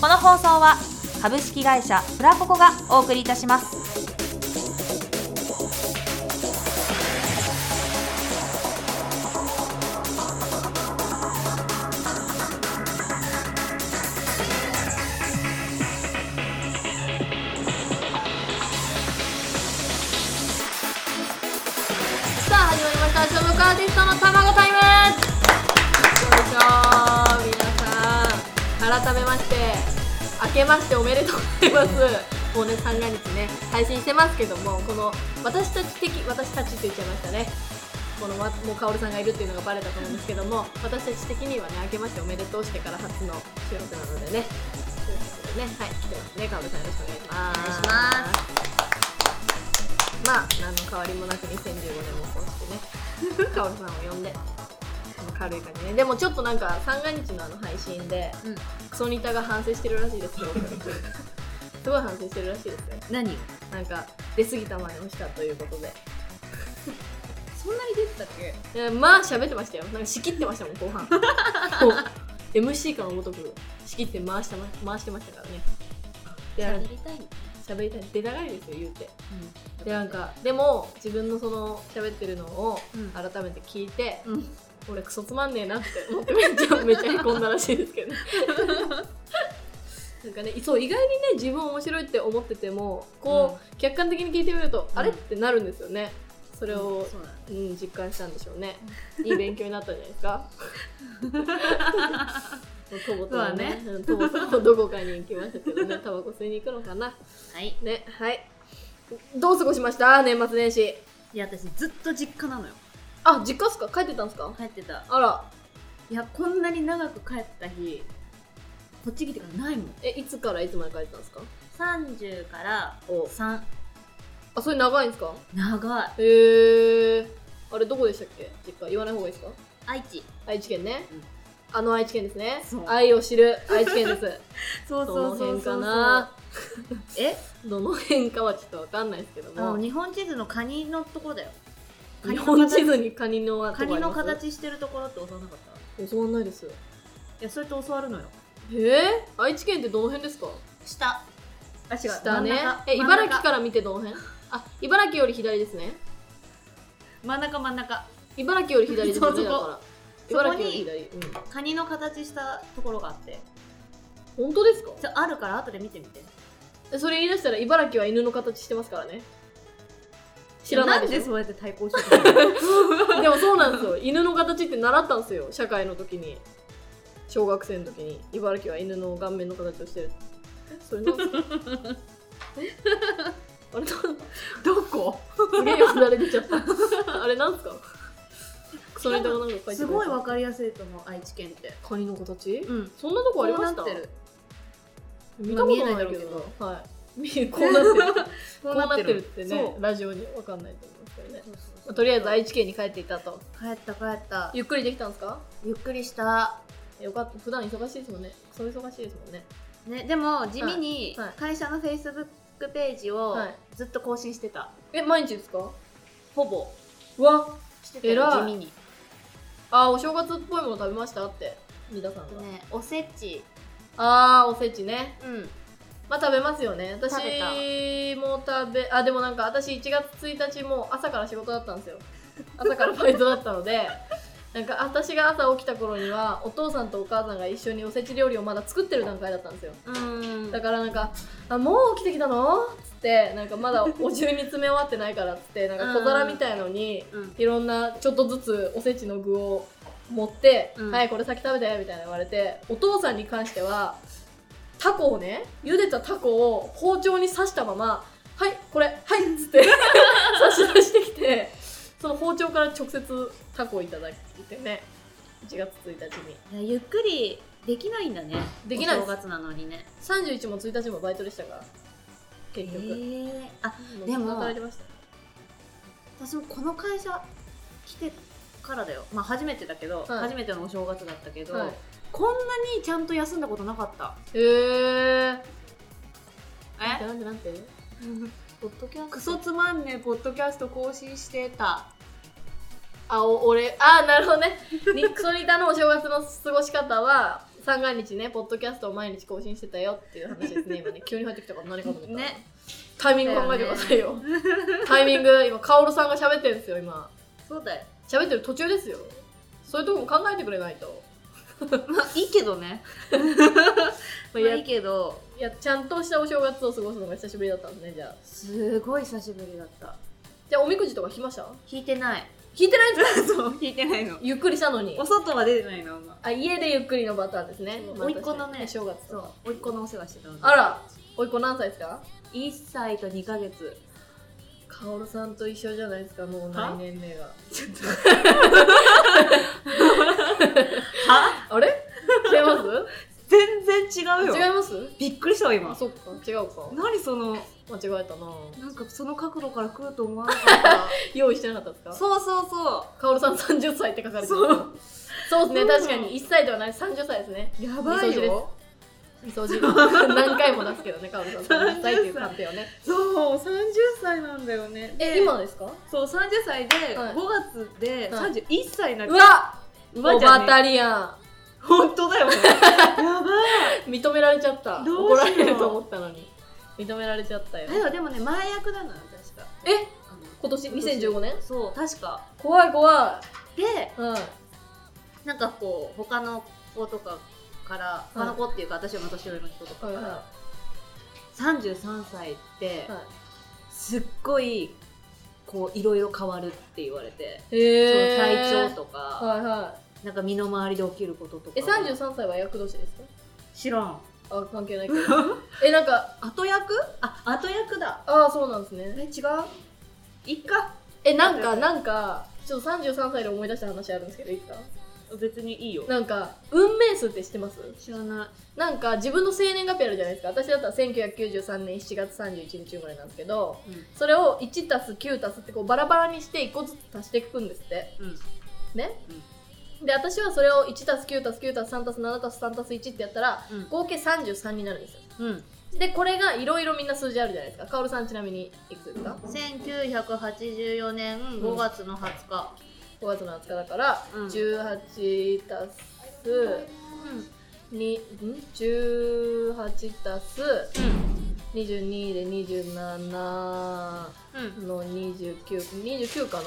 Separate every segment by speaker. Speaker 1: この放送は株式会社フラココがお送りいたします。さあ始まりました「ショムカーティストの卵タイム」よいしょー皆さん改めまして明けましておめでとうございますもうね三が日ね配信してますけどもこの私たち的私たちって言っちゃいましたねこのわもうカオルさんがいるっていうのがバレたと思うんですけども私たち的にはね明けましておめでとうしてから初の収録なのでねということでねはい来てますねカオルさんよろしくお願いします
Speaker 2: お願いします
Speaker 1: まあ何の変わりもなく2015年もこうしてね カオルさんを呼んで軽い感じねでもちょっとなんか三が日のあの配信で、
Speaker 2: うん
Speaker 1: クソニタが反省してるらしいですよ すごい反省してるらしいですよ
Speaker 2: 何
Speaker 1: なんか出過ぎたまねをしたということで
Speaker 2: そんなに出てたっけ
Speaker 1: えまあ喋ってましたよなんか仕切ってましたもん 後半こう MC かのごとく仕切って回してま回してましたからねであ
Speaker 2: りたいの
Speaker 1: 喋りたい出たがりですよ言うてでなんかでも自分のその喋ってるのを
Speaker 2: うん
Speaker 1: 改めて聞いて、
Speaker 2: うん
Speaker 1: 俺クソつまんねえなって思ってめっちゃめっちゃへこんだらしいですけ どねなんかねそう意外にね自分面白いって思っててもこう、客観的に聞いてみると、
Speaker 2: うん
Speaker 1: あれってなるんですよねそ
Speaker 2: そ
Speaker 1: れを、
Speaker 2: そうだね
Speaker 1: うん、実感したんでしょうね。いい勉強になったんじゃないです か。とぼとぼね、うんとぼとぼどこかに行きましたけどね、タバコ吸いに行くのかな。
Speaker 2: はい
Speaker 1: ね、はい。どう過ごしました年末年始。
Speaker 2: いや私ずっと実家なのよ
Speaker 1: あ、実家っすか帰ってたんすか
Speaker 2: 帰ってた
Speaker 1: あら、
Speaker 2: いやこんなに長く帰った日こっち来てからないもん
Speaker 1: え、いつからいつまで帰ってたんすか
Speaker 2: 30から
Speaker 1: お
Speaker 2: 3
Speaker 1: あ、それ長いんすか
Speaker 2: 長い
Speaker 1: へー。あれ、どこでしたっけ実家。言わない方がいいですか
Speaker 2: 愛知
Speaker 1: 愛知県ね
Speaker 2: うん。
Speaker 1: あの愛知県ですね
Speaker 2: そう。
Speaker 1: 愛を知る愛知県です。
Speaker 2: そう
Speaker 1: どの辺かな
Speaker 2: え
Speaker 1: どの辺かはちょっとわかんないですけど
Speaker 2: あの
Speaker 1: も。
Speaker 2: 日本地図のカニのとこだよ
Speaker 1: 日本地
Speaker 2: の
Speaker 1: 図にカニの
Speaker 2: 形
Speaker 1: 跡
Speaker 2: カニの
Speaker 1: があり
Speaker 2: 形してるところって教わんなかった
Speaker 1: ます教わんないです。
Speaker 2: いやそれと教わるのよ
Speaker 1: えー、愛知県ってどの辺ですか
Speaker 2: 下あ違う
Speaker 1: 下ね
Speaker 2: 真ん中。
Speaker 1: え、
Speaker 2: 真ん中
Speaker 1: 茨城から見てどの辺あ、茨城より左ですね。
Speaker 2: 真ん中真ん中
Speaker 1: 茨城より左で すね、
Speaker 2: そうそこ
Speaker 1: だから。
Speaker 2: そこに
Speaker 1: 茨城より左。うん。
Speaker 2: カニの形したところがあって
Speaker 1: 本当ですか
Speaker 2: ちょあるから後で見てみて
Speaker 1: えそれ言い出したら茨城は犬の形してますからね。知らないでしょ
Speaker 2: んでそうやって対抗してたの
Speaker 1: でもそうなんですよ犬の形って習ったんですよ社会の時に小学生の時に茨城は犬の顔面の形をしてるえそれなんですかえ あれどどこすげえよだれ出ちゃった あれなんですかそれとなんか書いてくれ た
Speaker 2: すごいわかりやすいと思う愛知県って
Speaker 1: カニの形、
Speaker 2: うん
Speaker 1: そんなとこありまし
Speaker 2: こ
Speaker 1: た
Speaker 2: うなってる
Speaker 1: 見たことない
Speaker 2: 今見
Speaker 1: け
Speaker 2: えないだろう
Speaker 1: どはい見えこうなってるこうなってるって
Speaker 2: そう
Speaker 1: ねラジオにわかんないと思うんですけどね
Speaker 2: そうそうそ
Speaker 1: まあ
Speaker 2: う
Speaker 1: とりあえず愛知県に帰っていたと
Speaker 2: 帰った帰った
Speaker 1: ゆっくりできたんですか
Speaker 2: ゆっくりした
Speaker 1: よかった普段忙しいですもんねそう忙しいですもんね
Speaker 2: ねでも地味に
Speaker 1: はいはい
Speaker 2: 会社のフェイスブックページを
Speaker 1: はい
Speaker 2: ずっと更新してた
Speaker 1: え毎日ですか
Speaker 2: ほぼ
Speaker 1: うわ
Speaker 2: してたよ
Speaker 1: 偉い
Speaker 2: 地味にね
Speaker 1: あーお正月っぽいもの食べましたって三田さんが、
Speaker 2: おせち
Speaker 1: あーおせちね
Speaker 2: うん
Speaker 1: まあ食べますよね私
Speaker 2: 食べた
Speaker 1: も食べあでもなんか私1月1日もう朝から仕事だったんですよ朝からバイトだったので なんか私が朝起きた頃にはお父さんとお母さんが一緒におせち料理をまだ作ってる段階だったんですよ
Speaker 2: うん
Speaker 1: だからなんか「あもう起きてきたの?」っつってなんかまだお重に詰め終わってないからっつってなんか小皿みたいのに
Speaker 2: うん
Speaker 1: いろんなちょっとずつおせちの具を持って「
Speaker 2: うん
Speaker 1: はいこれ先食べて」みたいな言われてお父さんに関してはタコをね茹でたタコを包丁に刺したまま「はいこれはい」っつって 差し出してきてその包丁から直接タコをいただいてね1月1日に
Speaker 2: いやゆっくりできないんだね
Speaker 1: できない
Speaker 2: お
Speaker 1: で
Speaker 2: 正
Speaker 1: す
Speaker 2: 月なのにね
Speaker 1: 31も1日もバイトでしたから結局、
Speaker 2: えあ
Speaker 1: で
Speaker 2: で
Speaker 1: も
Speaker 2: も
Speaker 1: 働いてました
Speaker 2: 私もこの会社来てからだよまあ初めてだけど、
Speaker 1: はい
Speaker 2: 初めてのお正月だったけど、
Speaker 1: はい
Speaker 2: こんなにちゃんと休んだことなかった
Speaker 1: へえ
Speaker 2: え
Speaker 1: なんてなんて
Speaker 2: ポッドキャスト
Speaker 1: クソつまんねえポッドキャスト更新してたあお俺あなるほどねニックソニタのお正月の過ごし方は三が日ねポッドキャストを毎日更新してたよっていう話ですね 今ね急に入ってきたから何かと思った
Speaker 2: ね
Speaker 1: タイミング考えてくださいよタイミング今カオルさんが喋ってるんですよ今
Speaker 2: そうだよ
Speaker 1: 喋ってる途中ですよそういうとこも考えてくれないと、
Speaker 2: まあいいけど ね
Speaker 1: ま
Speaker 2: ま
Speaker 1: あ
Speaker 2: あ
Speaker 1: や
Speaker 2: いいけど
Speaker 1: いやちゃんとしたお正月を過ごすのが久しぶりだったんでねじゃあ
Speaker 2: すごい久しぶりだった
Speaker 1: じゃあおみくじとか引きました
Speaker 2: 引いてない
Speaker 1: 引いてないんですか
Speaker 2: そう引いてないの
Speaker 1: ゆっくりしたのに
Speaker 2: お外は出てないのあんま
Speaker 1: あ家でゆっくりのパターンですね
Speaker 2: そう
Speaker 1: まあ
Speaker 2: 甥っ子のね
Speaker 1: 確かに正月とか
Speaker 2: そう甥っ子のお世話してたの
Speaker 1: あら甥っ子何歳ですか
Speaker 2: 1歳と2ヶ月
Speaker 1: カオルさんと一緒じゃないですかもう
Speaker 2: は
Speaker 1: 内年齢が
Speaker 2: は
Speaker 1: あれ違い ま
Speaker 2: 全然違う
Speaker 1: す
Speaker 2: よ
Speaker 1: 違います
Speaker 2: びっくりしたわ
Speaker 1: あ
Speaker 2: 今
Speaker 1: そっか違うか
Speaker 2: 何その
Speaker 1: 間違えたな
Speaker 2: なんかその角度から来ると思わなかっ
Speaker 1: 用意してなかったです
Speaker 2: た
Speaker 1: か
Speaker 2: そうそうそ
Speaker 1: カオルさん30歳って書かれてる
Speaker 2: そう
Speaker 1: そうです
Speaker 2: そう
Speaker 1: ね確かに1歳ではない30歳ですね
Speaker 2: うや
Speaker 1: ばいよみそ汁 何回も出すけどねカオルさん30歳っていう鑑定をね
Speaker 2: そう30歳なんだよね
Speaker 1: え
Speaker 2: で
Speaker 1: 今ですか
Speaker 2: そう30歳で
Speaker 1: はい
Speaker 2: 5月で
Speaker 1: はい
Speaker 2: 31歳になる
Speaker 1: うわ
Speaker 2: う
Speaker 1: オ
Speaker 2: じゃ
Speaker 1: バ
Speaker 2: ねえ
Speaker 1: タリアン
Speaker 2: 本当 だよねやば
Speaker 1: 認められちゃった
Speaker 2: ど
Speaker 1: 怒
Speaker 2: うしよう
Speaker 1: られると思ったのに認められちゃったよ
Speaker 2: いでもね前役なのよ確か
Speaker 1: え今年2015年
Speaker 2: そう確か
Speaker 1: 怖い怖
Speaker 2: で
Speaker 1: い、うん、
Speaker 2: なんかこう他の子とかから他の子っていうか、私よりも年上の人とかから、
Speaker 1: はいは
Speaker 2: 33歳って、すっごいこういろいろ変わるって言われて、その
Speaker 1: へえ
Speaker 2: 体調
Speaker 1: と
Speaker 2: とか、
Speaker 1: はいはい
Speaker 2: なんか身の回りで起きることとか
Speaker 1: え33歳は役年ですか
Speaker 2: 知らん
Speaker 1: あ関係 ないけどえなんか
Speaker 2: 後役あ後役だ
Speaker 1: ああそうなんですね
Speaker 2: え違ういっか
Speaker 1: えなんかなんかちょっと33歳で思い出した話あるんですけどいいですか
Speaker 2: 別にいいよ
Speaker 1: なんか運命数って知ってます
Speaker 2: 知らな
Speaker 1: なんか自分の生年月日あるじゃないですか私だったら1993年7月31日生まれなんですけど
Speaker 2: い
Speaker 1: それを1たす9たすってこうバラバラにして1個ずつ足していくんですって
Speaker 2: うん、うん、
Speaker 1: ね、で私はそれを1たす9たす9たす3たす7たす3たす1ってやったら
Speaker 2: うん
Speaker 1: 合計33になるんですよ
Speaker 2: うん、
Speaker 1: でこれがいろいろみんな数字あるじゃないですかカオルさんちなみにいくつですか
Speaker 2: 1984年5月の20日、
Speaker 1: 5月の20日だから、
Speaker 2: うん
Speaker 1: 18たすにん18たす22で27の
Speaker 2: うんうん
Speaker 1: 2929かな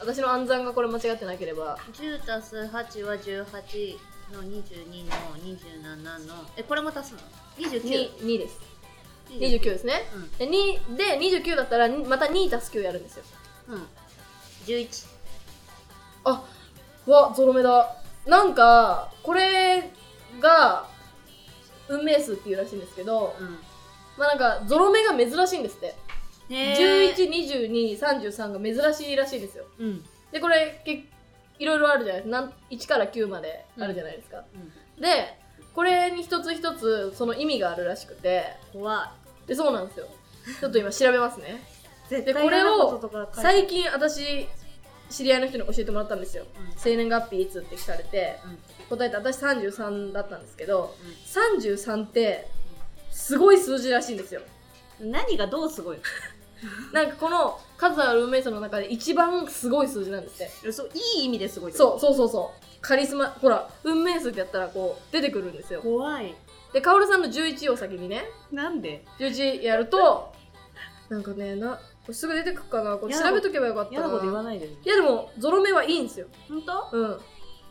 Speaker 1: 私の暗算がこれ間違ってなければ
Speaker 2: 10たす8は18の22の27のえこれも足すの ?29
Speaker 1: 2, 2です29ですねで2で29だったらにまた2たす9やるんですよ
Speaker 2: うん、うん、11
Speaker 1: あわゾロ目だなんかこれが運命数っていうらしいんですけど、
Speaker 2: うん
Speaker 1: まあなんかゾロ目が珍しいんですって、
Speaker 2: 11
Speaker 1: 112233が珍しいらしいですよ
Speaker 2: うん
Speaker 1: でこれけいろいろあるじゃないですかなん1から9まであるじゃないですか、でこれに一つ一つその意味があるらしくて
Speaker 2: 怖い
Speaker 1: でそうなんですよちょっと今調べますね
Speaker 2: 絶
Speaker 1: でこれを
Speaker 2: 最
Speaker 1: 最近私知り合いの人に教えてもらったんですよ生年月日いつって聞かれて答えた私33だったんですけど33ってすごい数字らしいん ですよ
Speaker 2: 何がどうすごい
Speaker 1: なんかこの数ある運命数の中で一番すごい数字なんですって
Speaker 2: のそういい意味ですごい
Speaker 1: そうそうそうそうカリスマほら運命数ってやったらこう出てくるんですよ
Speaker 2: 怖い
Speaker 1: でカオルさんの11を先にね
Speaker 2: なんで
Speaker 1: 11やるとなんかねなこれすぐ出てくるかなこれ調べとけばよかった
Speaker 2: 嫌
Speaker 1: な
Speaker 2: なこと言わ
Speaker 1: い
Speaker 2: ないでね
Speaker 1: やでもゾロ目はいいんですよ
Speaker 2: 本当
Speaker 1: うん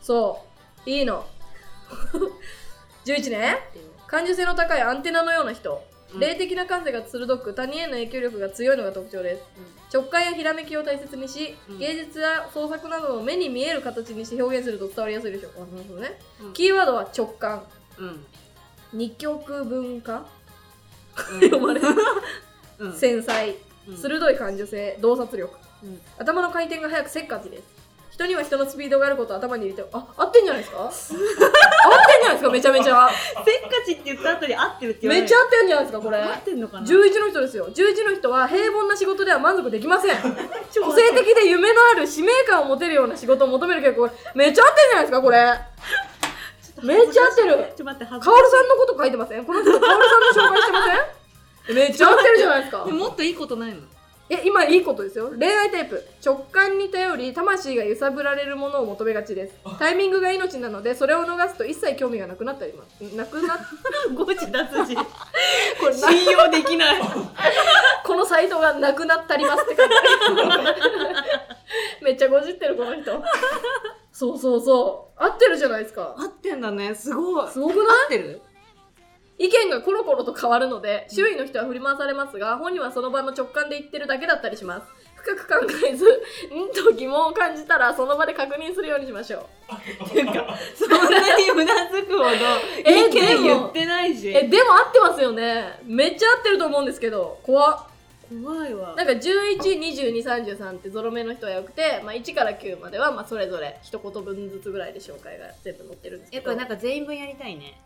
Speaker 1: そういいの 11ね感受性の高いアンテナのような人、
Speaker 2: うん
Speaker 1: 霊的な感性が鋭く他人への影響力が強いのが特徴です直感やひらめきを大切にし、
Speaker 2: うん
Speaker 1: 芸術や創作などを目に見える形にして表現すると伝わりやすいでしょうあなるほどね、
Speaker 2: うん
Speaker 1: キーワードは直感
Speaker 2: うん
Speaker 1: 二極分化、
Speaker 2: 呼
Speaker 1: ばれ
Speaker 2: る
Speaker 1: 繊細鋭い感受性洞察力頭の回転が速くせっかちです人には人のスピードがあることを頭に入れてあ合ってんじゃな いですか合ってんじゃないですかめちゃめちゃ
Speaker 2: せっかちって言った後に合ってるって言われ
Speaker 1: めっちゃ合ってんじゃないですかこれ
Speaker 2: 合ってんのかな
Speaker 1: 11の人ですよ11の人は平凡な仕事では満足できません個性的で夢のある使命感を持てるような仕事を求める傾向がめっちゃ合ってんじゃないですかこれめっちゃ合ってる
Speaker 2: ちょっと待って
Speaker 1: カオルさんのこと書いてませんこの人カオルさんの紹介してません
Speaker 2: めっ
Speaker 1: ちゃ合ってるじゃないですか
Speaker 2: でもっといいことないの
Speaker 1: え今いいことですよ恋愛タイプ直感に頼り魂が揺さぶられるものを求めがちですタイミングが命なのでそれを逃すと一切興味がなくなったりますなくなっ
Speaker 2: 誤字脱字
Speaker 1: これな
Speaker 2: 信用でき ない
Speaker 1: このサイトがなくなったりますって感じ めっちゃごじってるこの人そうそうそう合ってるじゃないですか
Speaker 2: 合ってんだねすごい
Speaker 1: すごくない
Speaker 2: 合ってる
Speaker 1: 意見がコロコロと変わるので周囲の人は振り回されますが本人はその場の直感で言ってるだけだったりします深く考えずんと疑問を感じたらその場で確認するようにしましょ
Speaker 2: っ
Speaker 1: う
Speaker 2: ていうかそんなにうなずくほ ど
Speaker 1: え
Speaker 2: 意見
Speaker 1: でも
Speaker 2: 言ってないし
Speaker 1: えでも合ってますよねめっちゃ合ってると思うんですけど怖っ
Speaker 2: 怖いわ
Speaker 1: なんか112233ってゾロ目の人はよくて、まあ、1から9まではまあそれぞれ一言分ずつぐらいで紹介が全部載ってるんですけ
Speaker 2: やっ
Speaker 1: ど
Speaker 2: ぱなんか全員分やりたいね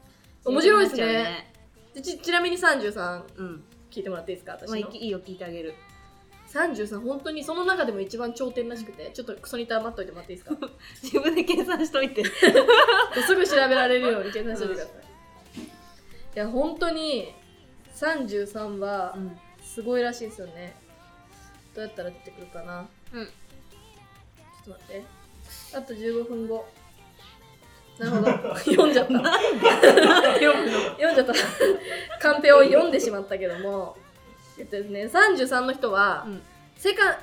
Speaker 1: 面白いですね
Speaker 2: 全員分やっ
Speaker 1: でちちなみに33
Speaker 2: ちゃうね
Speaker 1: 聞いてもらっていいですか
Speaker 2: うん
Speaker 1: 私
Speaker 2: まあい
Speaker 1: の
Speaker 2: いいよ聞いてあげる
Speaker 1: 33本当にその中でも一番頂点らしくてちょっとクソニタ待っといてもらっていいですか
Speaker 2: 自分で計算しといて
Speaker 1: すぐ調べられるように計算しててください。いや、本当に33は
Speaker 2: うん
Speaker 1: すごいらしいですよね。どうやったら出てくるかな。
Speaker 2: うん
Speaker 1: ちょっと待って。あと15分後。なるほ ど。読んじゃった。読んじゃった。カンペを読んでしまったけども。えっとですね、33の人は、
Speaker 2: うん
Speaker 1: 世界、あ、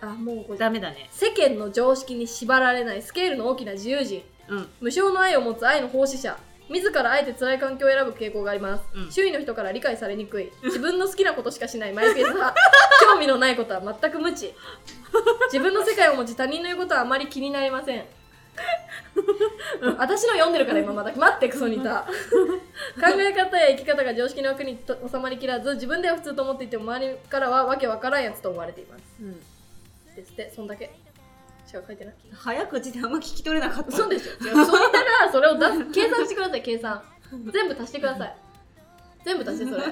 Speaker 1: あ、もうこれ
Speaker 2: ダメだね
Speaker 1: 世間の常識に縛られないスケールの大きな自由人。
Speaker 2: うん
Speaker 1: 無償の愛を持つ愛の奉仕者自らあえて辛い環境を選ぶ傾向があります、
Speaker 2: うん
Speaker 1: 周囲の人から理解されにくい自分の好きなことしかしないマイペース 派興味のないことは全く無知自分の世界を持ち他人の言うことはあまり気になりません私の読んでるから今まだ待ってクソニタ考え方や生き方が常識の枠にと収まりきらず自分では普通と思っていても周りからはわけわからんやつと思われています
Speaker 2: うん
Speaker 1: ですってそんだけしか書いてない
Speaker 2: 早口であんま聞き取れなかった
Speaker 1: そうですよ。そう言ったら、それを出す、計算してください、計算。全部足してください。全部足して、それ。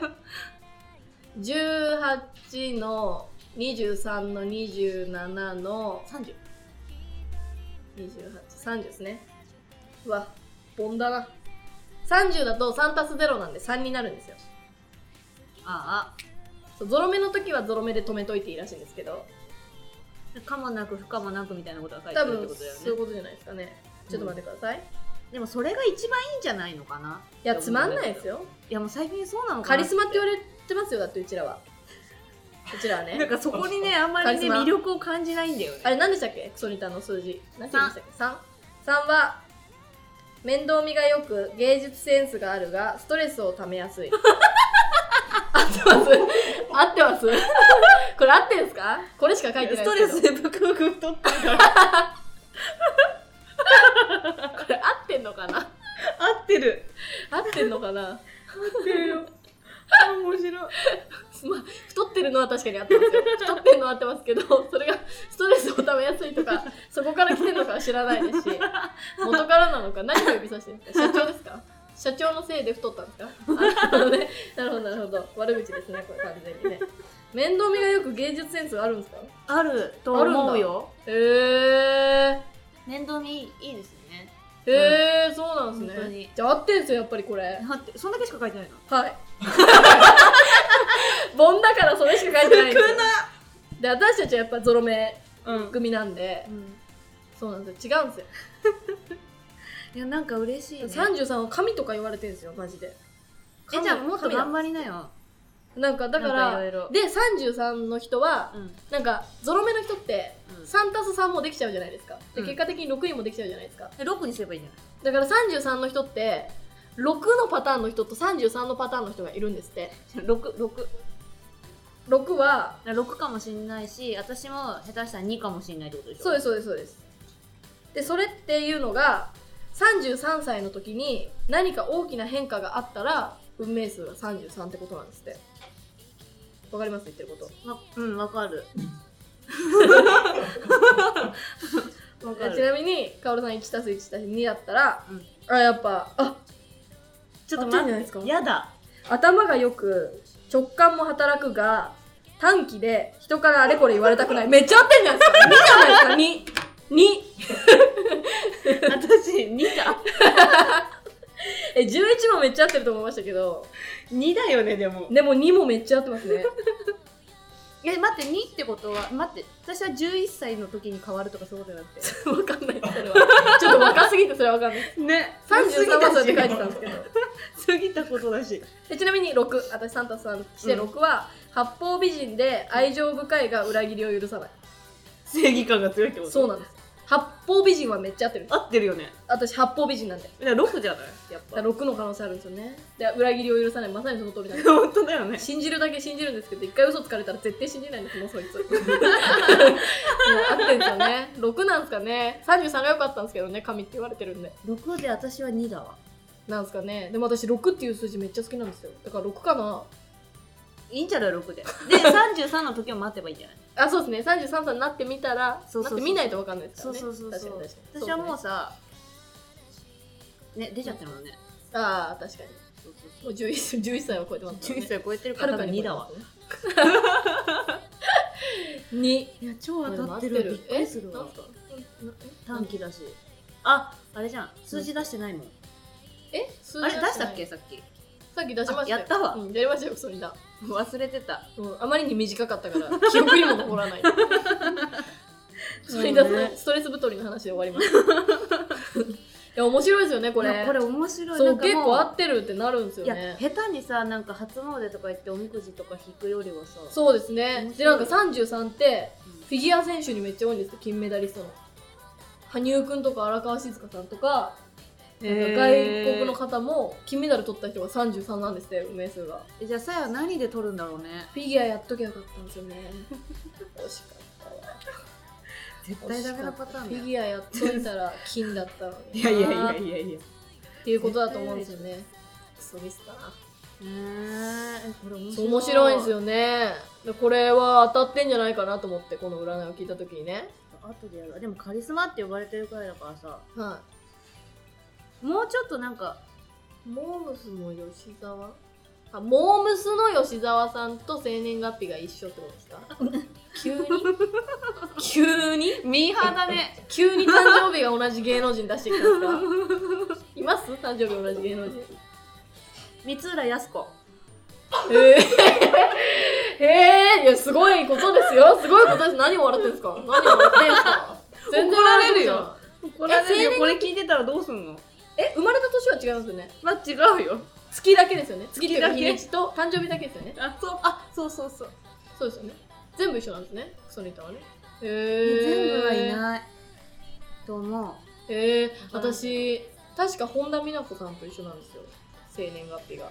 Speaker 1: 18の23の27の
Speaker 2: 30
Speaker 1: 28、30ですね。うわ、ボンだな。30だと3足す0なんで3になるんですよ。
Speaker 2: あ
Speaker 1: そうゾロ目の時はゾロ目で止めといていいらしいんですけど、
Speaker 2: あ可もなく不可もなくみたいなことが書いて
Speaker 1: 多
Speaker 2: あるって
Speaker 1: 分
Speaker 2: ことだよ
Speaker 1: そういう
Speaker 2: ね
Speaker 1: ことじゃないですかね。ちょっと待ってください。い
Speaker 2: でもそれが一番いいんじゃないのかない
Speaker 1: や、つまんないです
Speaker 2: よ
Speaker 1: よ。
Speaker 2: いやもう最近そうなのかな
Speaker 1: カリスマって言われてますよ、だってうちらは。うちらはね。
Speaker 2: なんかそこにねあんまり
Speaker 1: カリ
Speaker 2: ね
Speaker 1: スマ
Speaker 2: 魅力を感じないんだよね
Speaker 1: あれ何でしたっけクソニタの数字何て言うんでしたっけ三三は面倒見がよく芸術センスがあるがストレスをためやす い合ってます合ってます これ合ってんですかこれしか書いてない
Speaker 2: ス
Speaker 1: で
Speaker 2: ト
Speaker 1: す
Speaker 2: レ
Speaker 1: けど
Speaker 2: スでブクブク太ってるから
Speaker 1: これ合ってんのかな
Speaker 2: 合ってる
Speaker 1: 合ってんのかな
Speaker 2: 合ってるよあ面白い
Speaker 1: まあ、太ってるのは確かに合ってますよ太ってるのは合ってますけど それがストレスをためやすいとかそこから来てるのかは知らないで すし元からなのか何を指さしてるんですか社長ですか社長のせいで太ったんですかあなるほどねなるほどなるほど悪口ですねこれ完全にね面倒見がよく芸術センスがあるんですか
Speaker 2: あると思うよ
Speaker 1: へえ
Speaker 2: 面倒見いいですよね
Speaker 1: ー、へえー、そうなんで
Speaker 2: 本
Speaker 1: す
Speaker 2: 当
Speaker 1: ね
Speaker 2: に
Speaker 1: じゃあ合ってんすよやっぱりこれ
Speaker 2: だってそんだけしか書いてないの
Speaker 1: はい。 ボンだからそれしか書いてないんですよ
Speaker 2: 少な
Speaker 1: で私たちはやっぱゾロ目
Speaker 2: うん、
Speaker 1: 組なんで、そうなんですよ違うんですよ、
Speaker 2: いやなんか嬉しいね
Speaker 1: 33は神とか言われてるんですよマジで
Speaker 2: えじゃあもっと頑張りなよ
Speaker 1: りなんかだか
Speaker 2: なん
Speaker 1: ら
Speaker 2: かいろいろ
Speaker 1: で33の人は、
Speaker 2: うん
Speaker 1: なんかゾロ目の人って
Speaker 2: うん
Speaker 1: 3たす3もできちゃうじゃないですかで
Speaker 2: うん
Speaker 1: 結果的に6位もできちゃうじゃないですか
Speaker 2: えロックにすればいいんじゃない
Speaker 1: だから33の人って6のパターンの人と33のパターンの人がいるんですって
Speaker 2: 六六
Speaker 1: 6は
Speaker 2: 六かもしんないし私も下手したら二かもしんないってことでしょ
Speaker 1: そうですすそうですそうですでそれっていうのが33歳の時に何か大きな変化があったら運命数が33ってことなんですってわかります言ってること
Speaker 2: まうんわかるわか
Speaker 1: えち
Speaker 2: る
Speaker 1: なみにカオルさん 1+1+2 だったら、
Speaker 2: うん
Speaker 1: あやっぱあ
Speaker 2: ちょっと
Speaker 1: 合ってんじゃない
Speaker 2: 待
Speaker 1: ですか
Speaker 2: ってや だ
Speaker 1: 頭がよく直感も働くが短期で人からあれこれ言われたくないめっちゃ合ってんじゃないですか2じゃないですか 2! 2!
Speaker 2: 私2だ
Speaker 1: え11もめっちゃ合ってると思いましたけど
Speaker 3: 2だよねでも
Speaker 1: でも2もめっちゃ合ってますね
Speaker 2: え待って2ってことは待って私は11歳の時に変わるとかそういうことじゃなくて
Speaker 1: わかんないそれはちょっと若すぎてそれはわかんない
Speaker 3: ね
Speaker 1: 33番って書いてたんですけど
Speaker 3: 過ぎたことだし
Speaker 1: でちなみに6私サンタさんして
Speaker 3: うん
Speaker 1: 6は、八方美人で愛情深いが裏切りを許さない
Speaker 3: 正義感が強いってこと
Speaker 1: そうなんです八方美人はめっちゃ合ってる
Speaker 3: 合ってるよね
Speaker 1: 私八方美人なんで
Speaker 3: だから6じゃないやっぱ
Speaker 1: 6の可能性あるんですよねで裏切りを許さないまさにその通りなんです
Speaker 3: 本当だよね
Speaker 1: 信じるだけ信じるんですけど一回嘘つかれたら絶対信じないんですもうそいつもう合ってるんですよね6なんですかね33が良かったんですけどね神って言われてるんで
Speaker 2: 6で私は2だわ
Speaker 1: なんですかねでも私6っていう数字めっちゃ好きなんですよだから6かない
Speaker 2: いんじゃない6でで 33の時を待てばいいんじゃない
Speaker 1: あそうですね33歳になってみたら
Speaker 2: そうそうそう
Speaker 1: なってみないとわかんないですか
Speaker 2: そ
Speaker 1: ら
Speaker 2: う
Speaker 1: ね
Speaker 2: そうそうそう
Speaker 1: 確かに確かに
Speaker 2: 私はもう
Speaker 1: そ
Speaker 2: さね出ちゃってるもんね
Speaker 1: うねああ確かに
Speaker 2: そうそう
Speaker 1: もう 11, 11歳は超えてます
Speaker 2: 11歳超えてるか
Speaker 1: は
Speaker 2: ら多
Speaker 1: るか
Speaker 2: 分
Speaker 1: に
Speaker 2: 2だわ
Speaker 1: 2
Speaker 2: いや超
Speaker 1: 当たってるえなんすか
Speaker 2: 短期だしああれじゃん数字出してないもん
Speaker 1: え数字
Speaker 2: あれ出
Speaker 1: ない
Speaker 2: したっけさっき
Speaker 1: さっき出しましたよ
Speaker 2: あやったわ
Speaker 1: うん、やりましたよそれだ、
Speaker 2: 忘れてた
Speaker 1: うん、あまりに短かったから記憶にも残ら ないそれだ
Speaker 2: そうね
Speaker 1: ストレス太りの話で終わりま したいや面白いですよねこ
Speaker 2: こ
Speaker 1: れ
Speaker 2: れこれ面白い
Speaker 1: そ
Speaker 2: な
Speaker 1: うん
Speaker 2: かも
Speaker 1: 結構合ってるってなるんですよ
Speaker 2: いや
Speaker 1: ね
Speaker 2: 下手にさなんか初詣とか行っておみくじとか引くよりはさ
Speaker 1: そうですね
Speaker 2: 面
Speaker 1: で
Speaker 2: 白
Speaker 1: ないんか33って
Speaker 2: うん
Speaker 1: フィギュア選手にめっちゃ多いんですよ金メダリストの羽生くんとか荒川静香さんとかなんか外国の方も金メダル取った人が33なんですって名数が
Speaker 2: えじゃあさやは何で取るんだろうね
Speaker 1: フィギュアやっときゃよかったんですよね 惜しかったわ
Speaker 2: 絶対ダメなパターン
Speaker 1: フ
Speaker 2: だ
Speaker 1: ィ
Speaker 2: よ
Speaker 1: ギュアやっといた ら金だったのに
Speaker 3: い
Speaker 1: な
Speaker 3: やいやいやいやいや
Speaker 1: っていうことだと思うんですよねクソミスだな
Speaker 2: ねえこれ面
Speaker 1: そ
Speaker 2: 白い
Speaker 1: う面白いんですよねでこれは当たってんじゃないかなと思ってこの占いを聞いた時にね
Speaker 2: 後でやるわでもカリスマって呼ばれてるくらいだからさ
Speaker 1: は
Speaker 2: もうちょっとなんか
Speaker 1: いモームスの吉沢あモームスの吉沢さんと生年月日が一緒ってことですか急に急に
Speaker 2: ミーハーだね
Speaker 1: 急に誕生日が同じ芸能人出してきたんですかいます誕生日同じ芸能人
Speaker 2: 三浦靖子
Speaker 1: えー、えー、いやすごいことですよすごいことです何を笑ってんすか何を笑ってんすか
Speaker 3: 怒られるよ
Speaker 1: 笑
Speaker 3: 怒られるよ
Speaker 1: え
Speaker 3: これ聞いてたらどうすんの
Speaker 1: ってないえ生まれた年は違いますよね
Speaker 3: まあ違うよ
Speaker 1: 月だけですよね月っていうか
Speaker 3: 月だけ
Speaker 1: 日にちと誕生日だけですよね
Speaker 3: あそうあそうそうそう
Speaker 1: そうですよね全部一緒なんですねクソニタはねえー、
Speaker 2: 全部はいないと思う
Speaker 1: えー、私確か本田美奈子さんと一緒なんですよ生年月日が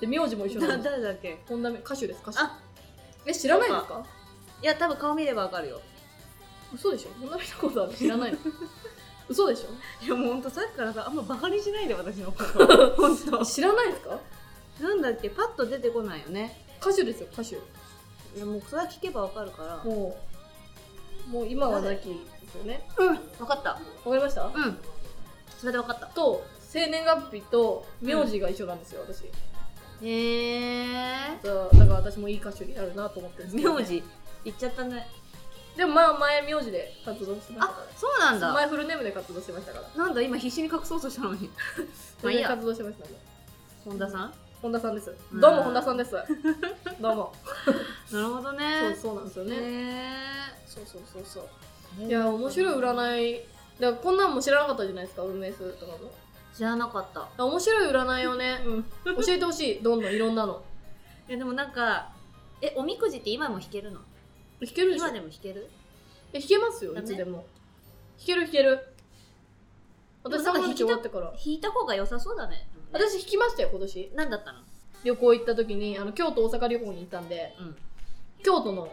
Speaker 1: で名字も一緒なんです
Speaker 3: 誰だっけ
Speaker 1: 本田美歌手です歌手
Speaker 2: あ
Speaker 1: え知らないですか
Speaker 2: いや多分顔見ればわかるよ
Speaker 1: 嘘でしょそんな見たことある知 らないの嘘でし
Speaker 3: いやもうほんとさっきからさあんまバカにしないで私 のことほんと
Speaker 1: ょ知らないですか
Speaker 2: なんだっけパッと出てこないよね
Speaker 1: 歌手ですよ歌手
Speaker 2: いやもうそれは聞けばわかるから
Speaker 1: もうもう今はなきですよね
Speaker 2: うんわかった
Speaker 1: わかりました
Speaker 2: うんそれでわかった
Speaker 1: と生年月日と名字が一緒なんですよ、私
Speaker 2: へえ
Speaker 1: そうだから私もいい歌手になるなと思ってるんですけどね
Speaker 2: 名字言っちゃったね
Speaker 1: でもまあ前名字で活動してました
Speaker 2: あ
Speaker 1: か
Speaker 2: そうなん
Speaker 1: ら
Speaker 2: だ
Speaker 1: 前フルネームで活動してましたから
Speaker 2: なんだ今必死に隠そうとしたのに まあいい
Speaker 1: 全然
Speaker 2: や
Speaker 1: 活動してましたね
Speaker 2: 本田さん
Speaker 1: 本田さんです
Speaker 2: うん
Speaker 1: どうも本田さんです どうも
Speaker 2: なるほど
Speaker 1: そう
Speaker 2: ね
Speaker 1: そうなんですよね、
Speaker 2: ね
Speaker 1: そうそうそうそう
Speaker 2: え
Speaker 1: いや面白い占いだからこんなんも知らなかったじゃないですか運命数とかも
Speaker 2: 知らなかった
Speaker 1: 面白い占いをね、教えてほしいどんどんいろんなの
Speaker 2: いやでもなんかえおみくじって今も引けるの
Speaker 1: 弾けるでしょ
Speaker 2: 今でも引ける
Speaker 1: え弾けますよ
Speaker 2: ダ
Speaker 1: い
Speaker 2: メ
Speaker 1: つでも弾ける弾ける私
Speaker 2: でもな
Speaker 1: 3
Speaker 2: んか
Speaker 1: 月
Speaker 2: 弾きた
Speaker 1: 終わってから
Speaker 2: 引いた方が良さそうだね
Speaker 1: 私弾きましたよ今年
Speaker 2: 何だったの
Speaker 1: 旅行行った時にあの京都大阪旅行に行ったんで
Speaker 2: うん
Speaker 1: 京都の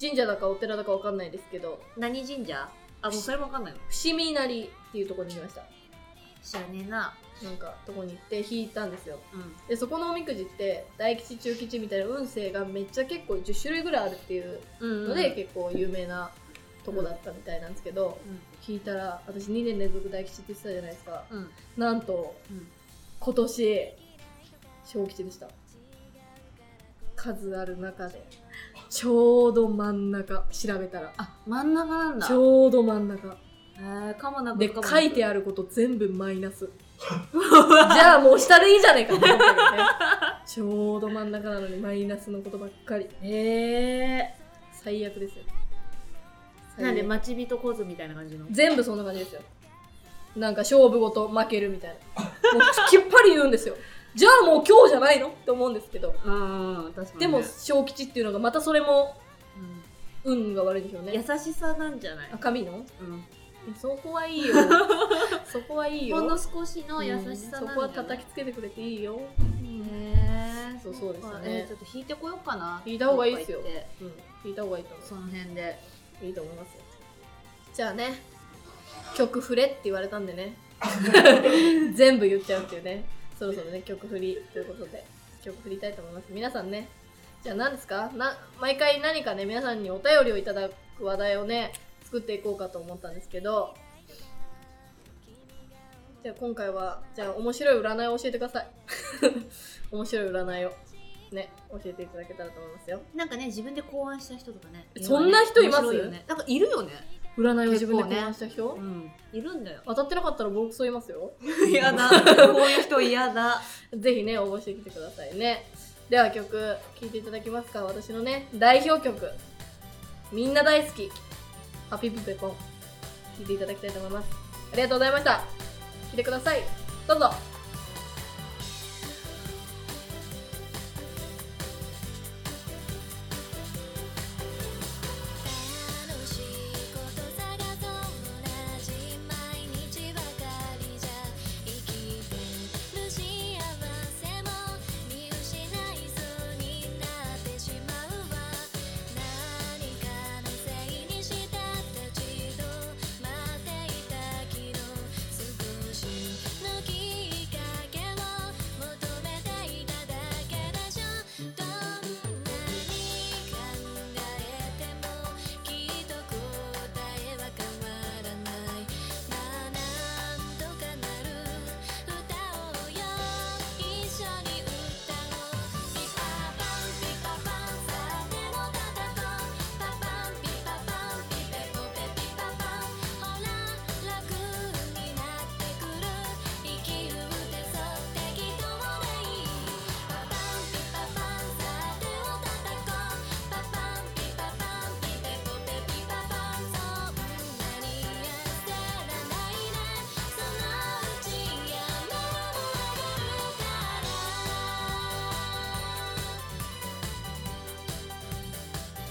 Speaker 1: 神社だかお寺だかわかんないですけど
Speaker 2: 何神社あもうそれもわかんないの
Speaker 1: 伏見稲荷っていうとこに行きました
Speaker 2: 知らねえな
Speaker 1: なんかとこに行って弾いたんですよ
Speaker 2: うん
Speaker 1: でそこのおみくじって大吉中吉みたいな運勢がめっちゃ結構10種類ぐらいあるっていう
Speaker 2: うん
Speaker 1: ので、結構有名なとこだったみたいなんですけど、聞いたら私2年連続大吉って言ってたじゃないですか
Speaker 2: うんうん
Speaker 1: なんと
Speaker 2: うん
Speaker 1: 今年小吉でした数ある中でちょうど真ん中調べたら
Speaker 2: あ真ん中なんだ
Speaker 1: ちょうど真ん中
Speaker 2: えー、かもなく
Speaker 1: で
Speaker 2: かもなく
Speaker 1: 書いてあること全部マイナスじゃあもう下でいいじゃねえかって思ったけどねちょうど真ん中なのにマイナスのことばっかり
Speaker 2: へ
Speaker 1: 最悪ですよ
Speaker 2: えなんで
Speaker 1: 最悪
Speaker 2: 待ち人コズみたいな感じの
Speaker 1: 全部そんな感じですよなんか勝負ごと負けるみたいなもうきっぱり言うんですよじゃあもう今日じゃないのって思うんですけど
Speaker 2: うん確か
Speaker 1: で
Speaker 2: でも
Speaker 1: も小吉っていうのがまたそれも運が悪いんでしょうね
Speaker 2: 優しさなんじゃない
Speaker 1: 赤身の
Speaker 2: うん
Speaker 1: そこはいいよ そこはいいよ
Speaker 2: ほんの少しの優しさ
Speaker 1: うん
Speaker 2: な
Speaker 1: そ
Speaker 2: んじ
Speaker 1: こ
Speaker 2: ゃ
Speaker 1: は
Speaker 2: ない
Speaker 1: 叩きつけてくれていいよ、
Speaker 2: へえ
Speaker 1: そうそうですね
Speaker 2: えーちょっと引いてこようかな
Speaker 1: 引いた方がいいっすよ
Speaker 2: どっか行って
Speaker 1: うん、聞いた方がいいと思
Speaker 2: その辺で
Speaker 1: ういいと思いますよじゃあね曲振れって言われたんでね 全部言っちゃうっていうねそろそろね曲振りということで曲振りたいと思います皆さんねじゃあ何ですかな毎回何かね皆さんにお便りをいただく話題をね作っていこうかと思ったんですけどじゃあ今回はじゃあ面白い占いを教えてください 面白い占いをね教えていただけたらと思いますよ
Speaker 2: なんかね自分で考案した人とかね
Speaker 1: そんな人います
Speaker 2: 面白よねなんかいるよね
Speaker 1: 占いを
Speaker 2: 結
Speaker 1: 自分で
Speaker 2: 構ね
Speaker 1: 考案した人、
Speaker 2: んいるんだよ
Speaker 1: 当たってなかったらボロクソ言いますよ
Speaker 2: 嫌だこういう人嫌だ
Speaker 1: ぜひね応募してきてくださいねでは曲聴いていただきますか私のね代表曲みんな大好きハピプペポン聴いていただきたいと思いますありがとうございました聴いてくださいどうぞ
Speaker 4: 楽しいこと探そう同じ毎日ばかりじゃ生きてる幸せも見失いそうになってしまうわ何かのせいにした立ち止まっていたけど少しのきっかけを求めていただけでしょどんなに考えてもきっと答えは変わらないまあなんとかなる歌おうよ一緒に歌おうピパパンピパパンさ手を叩こうパパンピパパンピペポペピパパンほら楽になってくる生きるってそう適当でいいパパンピパパンさ手を叩こうパパンピパパンピペポペピパパンそんなに焦らないでそのうちやめられるから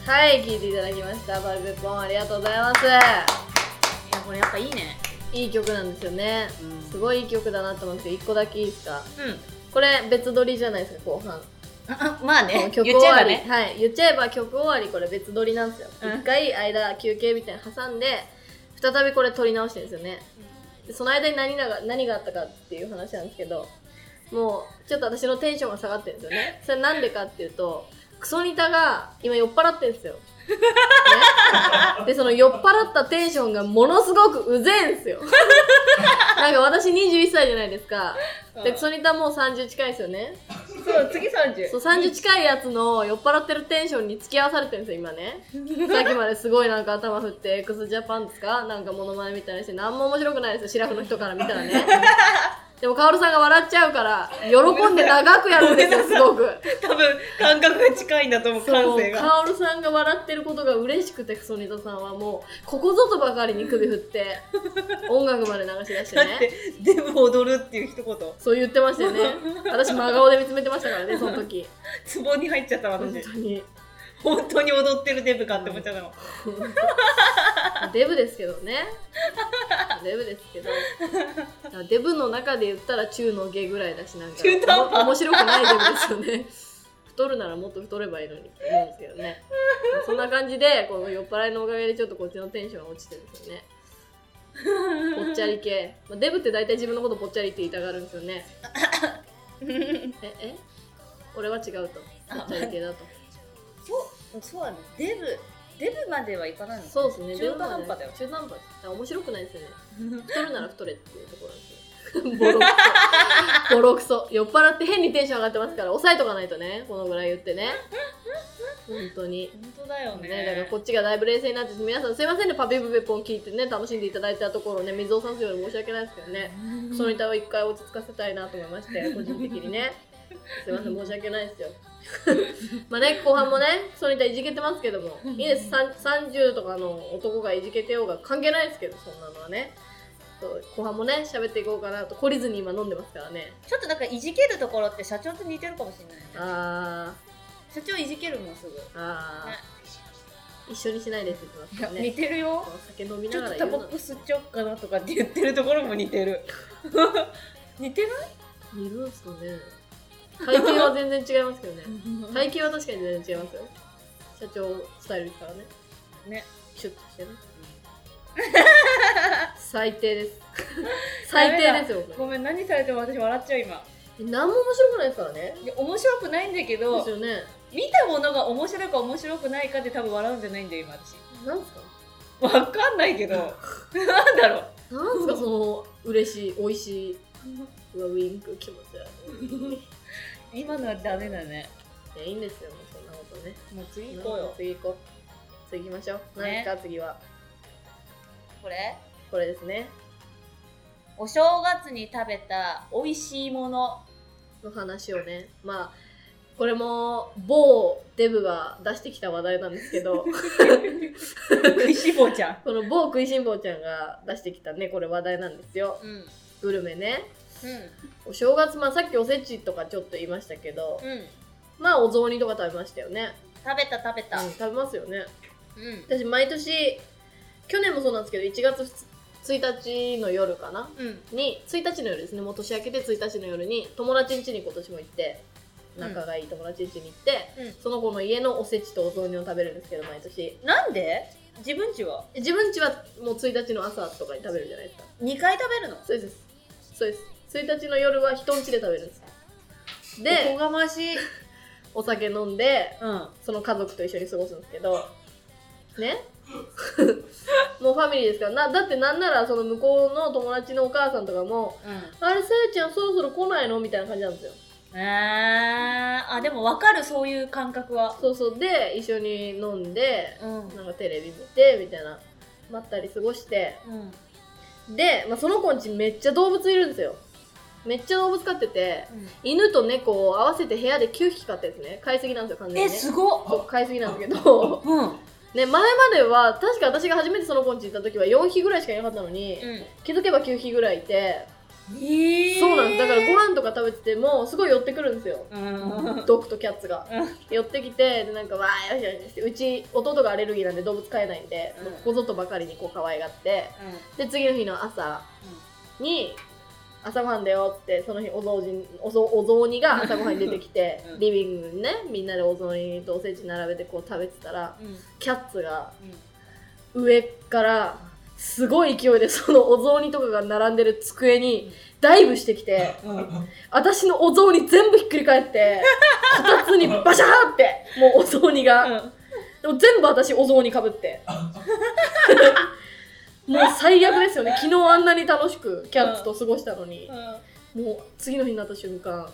Speaker 1: はい聴いていただきましたハピプペポンありがとうございます
Speaker 2: いやこれやっぱいいね
Speaker 1: いい曲なんですよね
Speaker 2: うん
Speaker 1: すごいいい曲だなと思って1個だけいいですか
Speaker 2: うん
Speaker 1: これ別撮りじゃないですか後半
Speaker 2: ああまあ
Speaker 1: この
Speaker 2: ね
Speaker 1: 曲
Speaker 2: 言っ
Speaker 1: 終
Speaker 2: ちゃえ
Speaker 1: わ
Speaker 2: ば
Speaker 1: り、
Speaker 2: ね
Speaker 1: はい、言っちゃえば曲終わりこれ別撮りなんですよ一、
Speaker 2: うん
Speaker 1: 回間休憩みたいなの挟んで再びこれ撮り直してるんですよねでその間に何が何があったかっていう話なんですけどもうちょっと私のテンションが下がってるんですよねそれなんでかっていうとクソニタが今酔っ払ってる んですよ、ねでその酔っ払ったテンションがものすごくうぜえんですよなんか私21歳じゃないですかでクソニタもう30近いですよね
Speaker 2: そう次30
Speaker 1: そう30近いやつの酔っ払ってるテンションに付き合わされてるんですよ今ねさっきまですごいなんか頭振って x ジャパンですかなんかモノマネみたいなして何も面白くないですよシラフの人から見たら ねでもカオルさんが笑っちゃうから喜んで長くやるんですよすごく
Speaker 3: 多分感覚が近いんだと思う感
Speaker 1: そう
Speaker 3: 性が
Speaker 1: カオルさんが笑ってることが嬉しくてクソニタさんはもうここぞとばかりに首振って音楽まで流し出して
Speaker 3: だ
Speaker 1: ね
Speaker 3: って全部踊るっていう一言
Speaker 1: そう言ってましたよね私真顔で見つめてましたからねその時
Speaker 3: ツボに入っちゃった
Speaker 1: 本
Speaker 3: 私
Speaker 1: 当に
Speaker 3: 本当に踊ってるデブかって思っちゃったの
Speaker 1: デブですけどねデブですけどデブの中で言ったら中の下ぐらいだしなんか
Speaker 3: 中途半端
Speaker 1: 面白くないデブですよね太るならもっと太ればいいのにって思うんですけどねそんな感じでこの酔っ払いのおかげでちょっとこっちのテンションが落ちてるんですよねぽっちゃり系、まあ、デブって大体自分のことぽっちゃりって言いたがるんですよ ねええ俺は違うとぽっちゃり系だと
Speaker 3: そうそうだねデブデブまではいかないの
Speaker 1: そうですね。
Speaker 3: 中途半端だよ
Speaker 1: 中途半端です。だから面白くないです よね。太るなら太れっていうところなんですよ。ボ ロクソ。 ボロクソ。酔っ払って変にテンション上がってますから、抑えとかないとね、このぐらい言ってね。本当に。
Speaker 3: 本当だよね
Speaker 1: ね、だからこっちがだいぶ冷静になって皆さんすいませんねパピブベポン聞いてね楽しんでいただいたところをね水を差すようで申し訳ないですけど ねそのネタを一回落ち着かせたいなと思いまして個人的にねすいません申し訳ないですよまあね後半もねそのネタいじけてますけどもいいですさん30とかの男がいじけてようが関係ないですけどそんなのはねそう後半もね喋っていこうかなと懲りずに今飲んでますからね
Speaker 3: ちょっとなんかいじけるところって社長と似てるかもしれないね
Speaker 1: あ
Speaker 3: 社長いじけるもんすぐ、
Speaker 1: ーあー一緒にしないですって言ってますから
Speaker 3: 似
Speaker 1: ね
Speaker 3: てるよ
Speaker 1: お酒飲み
Speaker 3: ち
Speaker 1: な
Speaker 3: ょっ
Speaker 1: が
Speaker 3: と
Speaker 1: ら言
Speaker 3: タ
Speaker 1: う
Speaker 3: バ
Speaker 1: な
Speaker 3: コ吸っちゃおっかなとかって言ってるところも似てる 似てない
Speaker 1: いるんすかね体型は全然違いますけどね体型は確かに全然違いますよ社長スタイルですからね
Speaker 3: ね
Speaker 1: シュッとしてね 最低 です最低ですよこ
Speaker 3: ごめん何されても私笑っちゃう今
Speaker 1: れ何も面白くないですからね
Speaker 3: いや面白くないんだけ
Speaker 1: で
Speaker 3: ど
Speaker 1: すよね
Speaker 3: 見たものが面白いか面白くないかで多分笑うんじゃないんだよ今私
Speaker 1: なんすか
Speaker 3: わかんないけどなんだろう
Speaker 1: なんすかその嬉しい美味しいうわウインク気持ち悪い
Speaker 3: 今のはダメだね
Speaker 1: いやいいんですよもうそんなことね
Speaker 3: もう次行こうよ
Speaker 1: 次行こう次行きましょう、
Speaker 3: ね
Speaker 1: 何ですか次は
Speaker 3: これ
Speaker 1: これですね
Speaker 3: お正月に食べた美味しいもの
Speaker 1: の話をねまあこれも某デブが出してきた話題なんですけど
Speaker 3: 食いしぼちゃん
Speaker 1: この某食いしん坊ちゃんが出してきたねこれ話題なんですよ
Speaker 3: うんうん
Speaker 1: グルメねお正月まあさっきおせちとかちょっと言いましたけど
Speaker 3: うん
Speaker 1: まあお雑煮とか食べましたよね、
Speaker 3: 食べた食べた
Speaker 1: うん食べますよね
Speaker 3: うん
Speaker 1: 私毎年去年もそうなんですけど1月1日の夜かな
Speaker 3: うん
Speaker 1: に1日の夜ですねもう年明けて1日の夜に友達ん家に今年も行って仲がいい友達ん家に行って、
Speaker 3: うん
Speaker 1: その子の家のおせちとお雑煮を食べるんですけど毎年
Speaker 3: なんで自分ちは
Speaker 1: 自分家はもう1日の朝とかに食べるじゃないですか
Speaker 3: 2回食べるの
Speaker 1: そうですそうです1日の夜は人ん家で食べるんです
Speaker 3: おこ
Speaker 1: で
Speaker 3: がましい
Speaker 1: お酒飲んで
Speaker 3: うん
Speaker 1: その家族と一緒に過ごすんですけどねもうファミリーですからなだってなんならその向こうの友達のお母さんとかもあれ、さやちゃんそろそろ来ないのみたいな感じなんですよ。
Speaker 3: うんあーあでも分かるそういう感覚は
Speaker 1: そうそう。で、一緒に飲んで、
Speaker 3: うん
Speaker 1: なんかテレビ見て、みたいな。まったり過ごして。
Speaker 3: うん
Speaker 1: で、まあ、その子んちめっちゃ動物いるんですよ。めっちゃ動物飼ってて、犬と猫を合わせて部屋で9匹飼ってるんですね。飼いすぎなんですよ、完全
Speaker 3: え
Speaker 1: に、ね。
Speaker 3: すごっ
Speaker 1: そう飼いすぎなんですけど、
Speaker 3: うん
Speaker 1: ね、前までは、確か私が初めてその子んち行った時は4匹ぐらいしかいなかったのに、
Speaker 3: うん
Speaker 1: 気づけば9匹ぐらいいて、
Speaker 3: え
Speaker 1: そうなんです。だからご飯とか食べてても、すごい寄ってくるんですよ。
Speaker 3: うん
Speaker 1: ドッグとキャッツが
Speaker 3: うん
Speaker 1: 寄ってきてでなんかわーよしよしってうち弟がアレルギーなんで動物飼えないんで、
Speaker 3: うん
Speaker 1: ここぞとばかりにこう可愛がってで次の日の朝に朝ごはんだよってその日お雑煮おぞお雑煮が朝ごはんに出てきて、
Speaker 3: うん
Speaker 1: リビングにねみんなでお雑煮とおせち並べてこう食べてたら
Speaker 3: うん
Speaker 1: キャッツが上からすごい勢いでそのお雑煮とかが並んでる机にダイブしてきて。
Speaker 3: うんうん
Speaker 1: 私のお雑煮全部ひっくり返っ て、こたつにバシャーって、もうお雑煮が。でも全部私お雑煮かぶ って。もう最悪ですよね。昨日あんなに楽しくキャッツと過ごしたのに、もう次の日になった瞬間、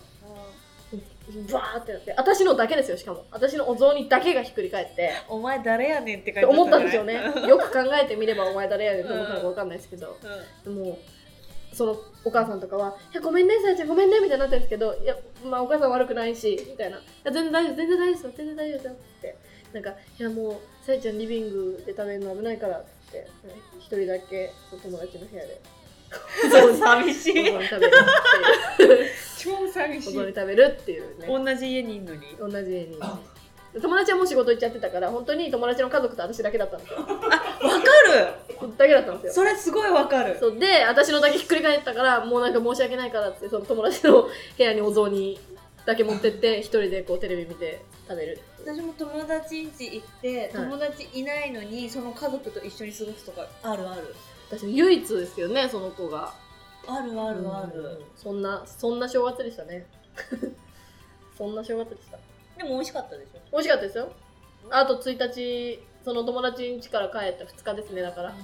Speaker 1: バーってなって、私のだけですよ、しかも。私のお雑煮だけがひっくり返って、
Speaker 3: お前誰やねんって感
Speaker 1: って
Speaker 3: じ
Speaker 1: 思ったんですよね。よく考えてみればお前誰やねんと思ったのかわかんないですけど。でもそのお母さんとかは「いやごめんねさやちゃんごめんね」みたいになってるんですけど「いや、まあ、お母さん悪くないし」みたいな「いや全然大丈夫全然大丈夫ですよ全然大丈夫ですよ」ってなんか「いやもうさやちゃんリビングで食べるの危ないから」っつってはい一人だけお友達の部屋で
Speaker 3: そう寂し
Speaker 1: お雑煮
Speaker 3: い
Speaker 1: 食べるっていう
Speaker 3: 超寂
Speaker 1: お雑煮食べるっていうね
Speaker 3: 同じ家にいんのに
Speaker 1: 同じ家に友達はもう仕事行っちゃってたから本当に友達の家族と私だけだったんですよ
Speaker 3: わか
Speaker 1: だけだったんです
Speaker 3: る
Speaker 1: よ
Speaker 3: それすごいわかる
Speaker 1: そうで私のだけひっくり返ったからもうなんか申し訳ないからってその友達の 部屋にお雑煮だけ持ってって一人でこうテレビ見て食べる
Speaker 3: 私も友達ん家行って友達いないのにその家族と一緒に過ごすとかあるある
Speaker 1: 私唯一ですけどねその子が
Speaker 3: あるあるあ
Speaker 1: うん
Speaker 3: る
Speaker 1: そんなそんな正月でしたね そんな正月でした
Speaker 3: でも美味しかったでしょ
Speaker 1: 美味しかったですよあと1日その友達ん家から帰った2日ですねだから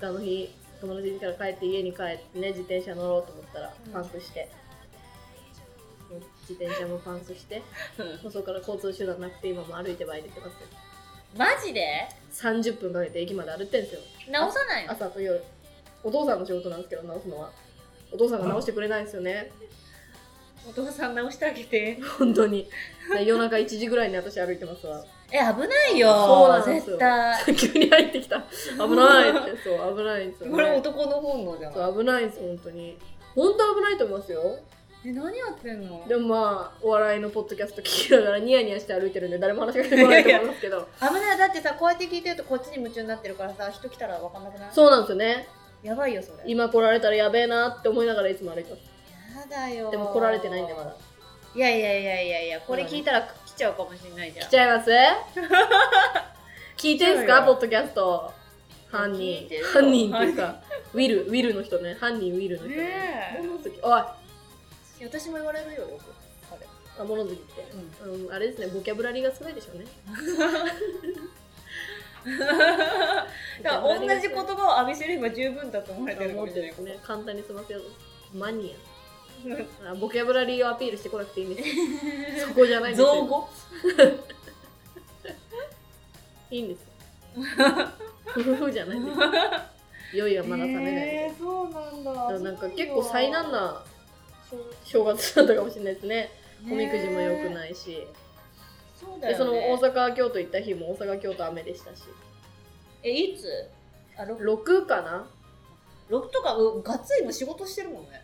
Speaker 1: 2日の日友達ん家から帰って家に帰ってね自転車乗ろうと思ったら
Speaker 3: うん
Speaker 1: パンクして、自転車もパンクしてもうそこから交通手段なくて今も歩いてバイト行ってますよ
Speaker 3: マジで
Speaker 1: 30分かけて駅まで歩いてんですよ
Speaker 3: 直さないの
Speaker 1: 朝と夜お父さんの仕事なんですけど直すのはお父さんが直してくれないんですよね
Speaker 3: お父さん直してあげて
Speaker 1: 本当に夜中1時ぐらいに私歩いてますわ
Speaker 3: え危ないよ
Speaker 1: そうなんですよ
Speaker 3: 絶対
Speaker 1: 急に入ってきた危ないってそう危ないんですよ、ね、
Speaker 3: これ男の本能じゃない
Speaker 1: そう危ないんです本当に本当危ないと思いますよ
Speaker 3: え何やってんの
Speaker 1: でもまあお笑いのポッドキャスト聞きながらニヤニヤして歩いてるんで誰も話しかけてこないと思いますけど
Speaker 3: 危ないだってさこうやって聞いてるとこっちに夢中になってるからさ人来たら分かんなくない
Speaker 1: そうなんですよね
Speaker 3: やばいよそれや
Speaker 1: 今来られたらやべえなって思いながらいつも歩いてます
Speaker 3: だよ
Speaker 1: でも来られてないんでまだ
Speaker 3: いやいやいやいやいやこれ聞いたら来ちゃうかもしれないじゃん
Speaker 1: 来ちゃいます 聞いてんす
Speaker 3: そう
Speaker 1: か
Speaker 3: よ
Speaker 1: ポッドキャスト犯
Speaker 3: 聞い
Speaker 1: 人
Speaker 3: てるよ
Speaker 1: 犯人っていうかウィルウィルの人ね犯人ウィルの人ね
Speaker 3: ねえ
Speaker 1: 物好きおいあ
Speaker 3: いや私も言われるよよく彼
Speaker 1: 物好きって、うん、あれですねボキャブラリーが少ないでしょうね
Speaker 3: だから同じ言葉を浴びせれば十分だと思われてるか
Speaker 1: 思
Speaker 3: も
Speaker 1: っ
Speaker 3: してれ
Speaker 1: る
Speaker 3: なんい
Speaker 1: ですね簡単に済ませようとマニアあボキャブラリーをアピールしてこなくていいんですよそこじゃないんですよ
Speaker 3: 造語
Speaker 1: いいんですよ ふふふじゃないん ですよ良いはまだ冷めないです
Speaker 3: えーそうなんだ
Speaker 1: だからなんか結構災難な
Speaker 3: そう
Speaker 1: 正月だったかもしれないですね。おみくじも良く
Speaker 3: い
Speaker 1: ないし、
Speaker 3: そうだ
Speaker 1: で
Speaker 3: よ、ね、
Speaker 1: その大阪京都行った日も大阪京都雨でしたし、
Speaker 3: えいつあ 6,
Speaker 1: 6かな。
Speaker 3: 6とかうがっつり今仕事してるもんね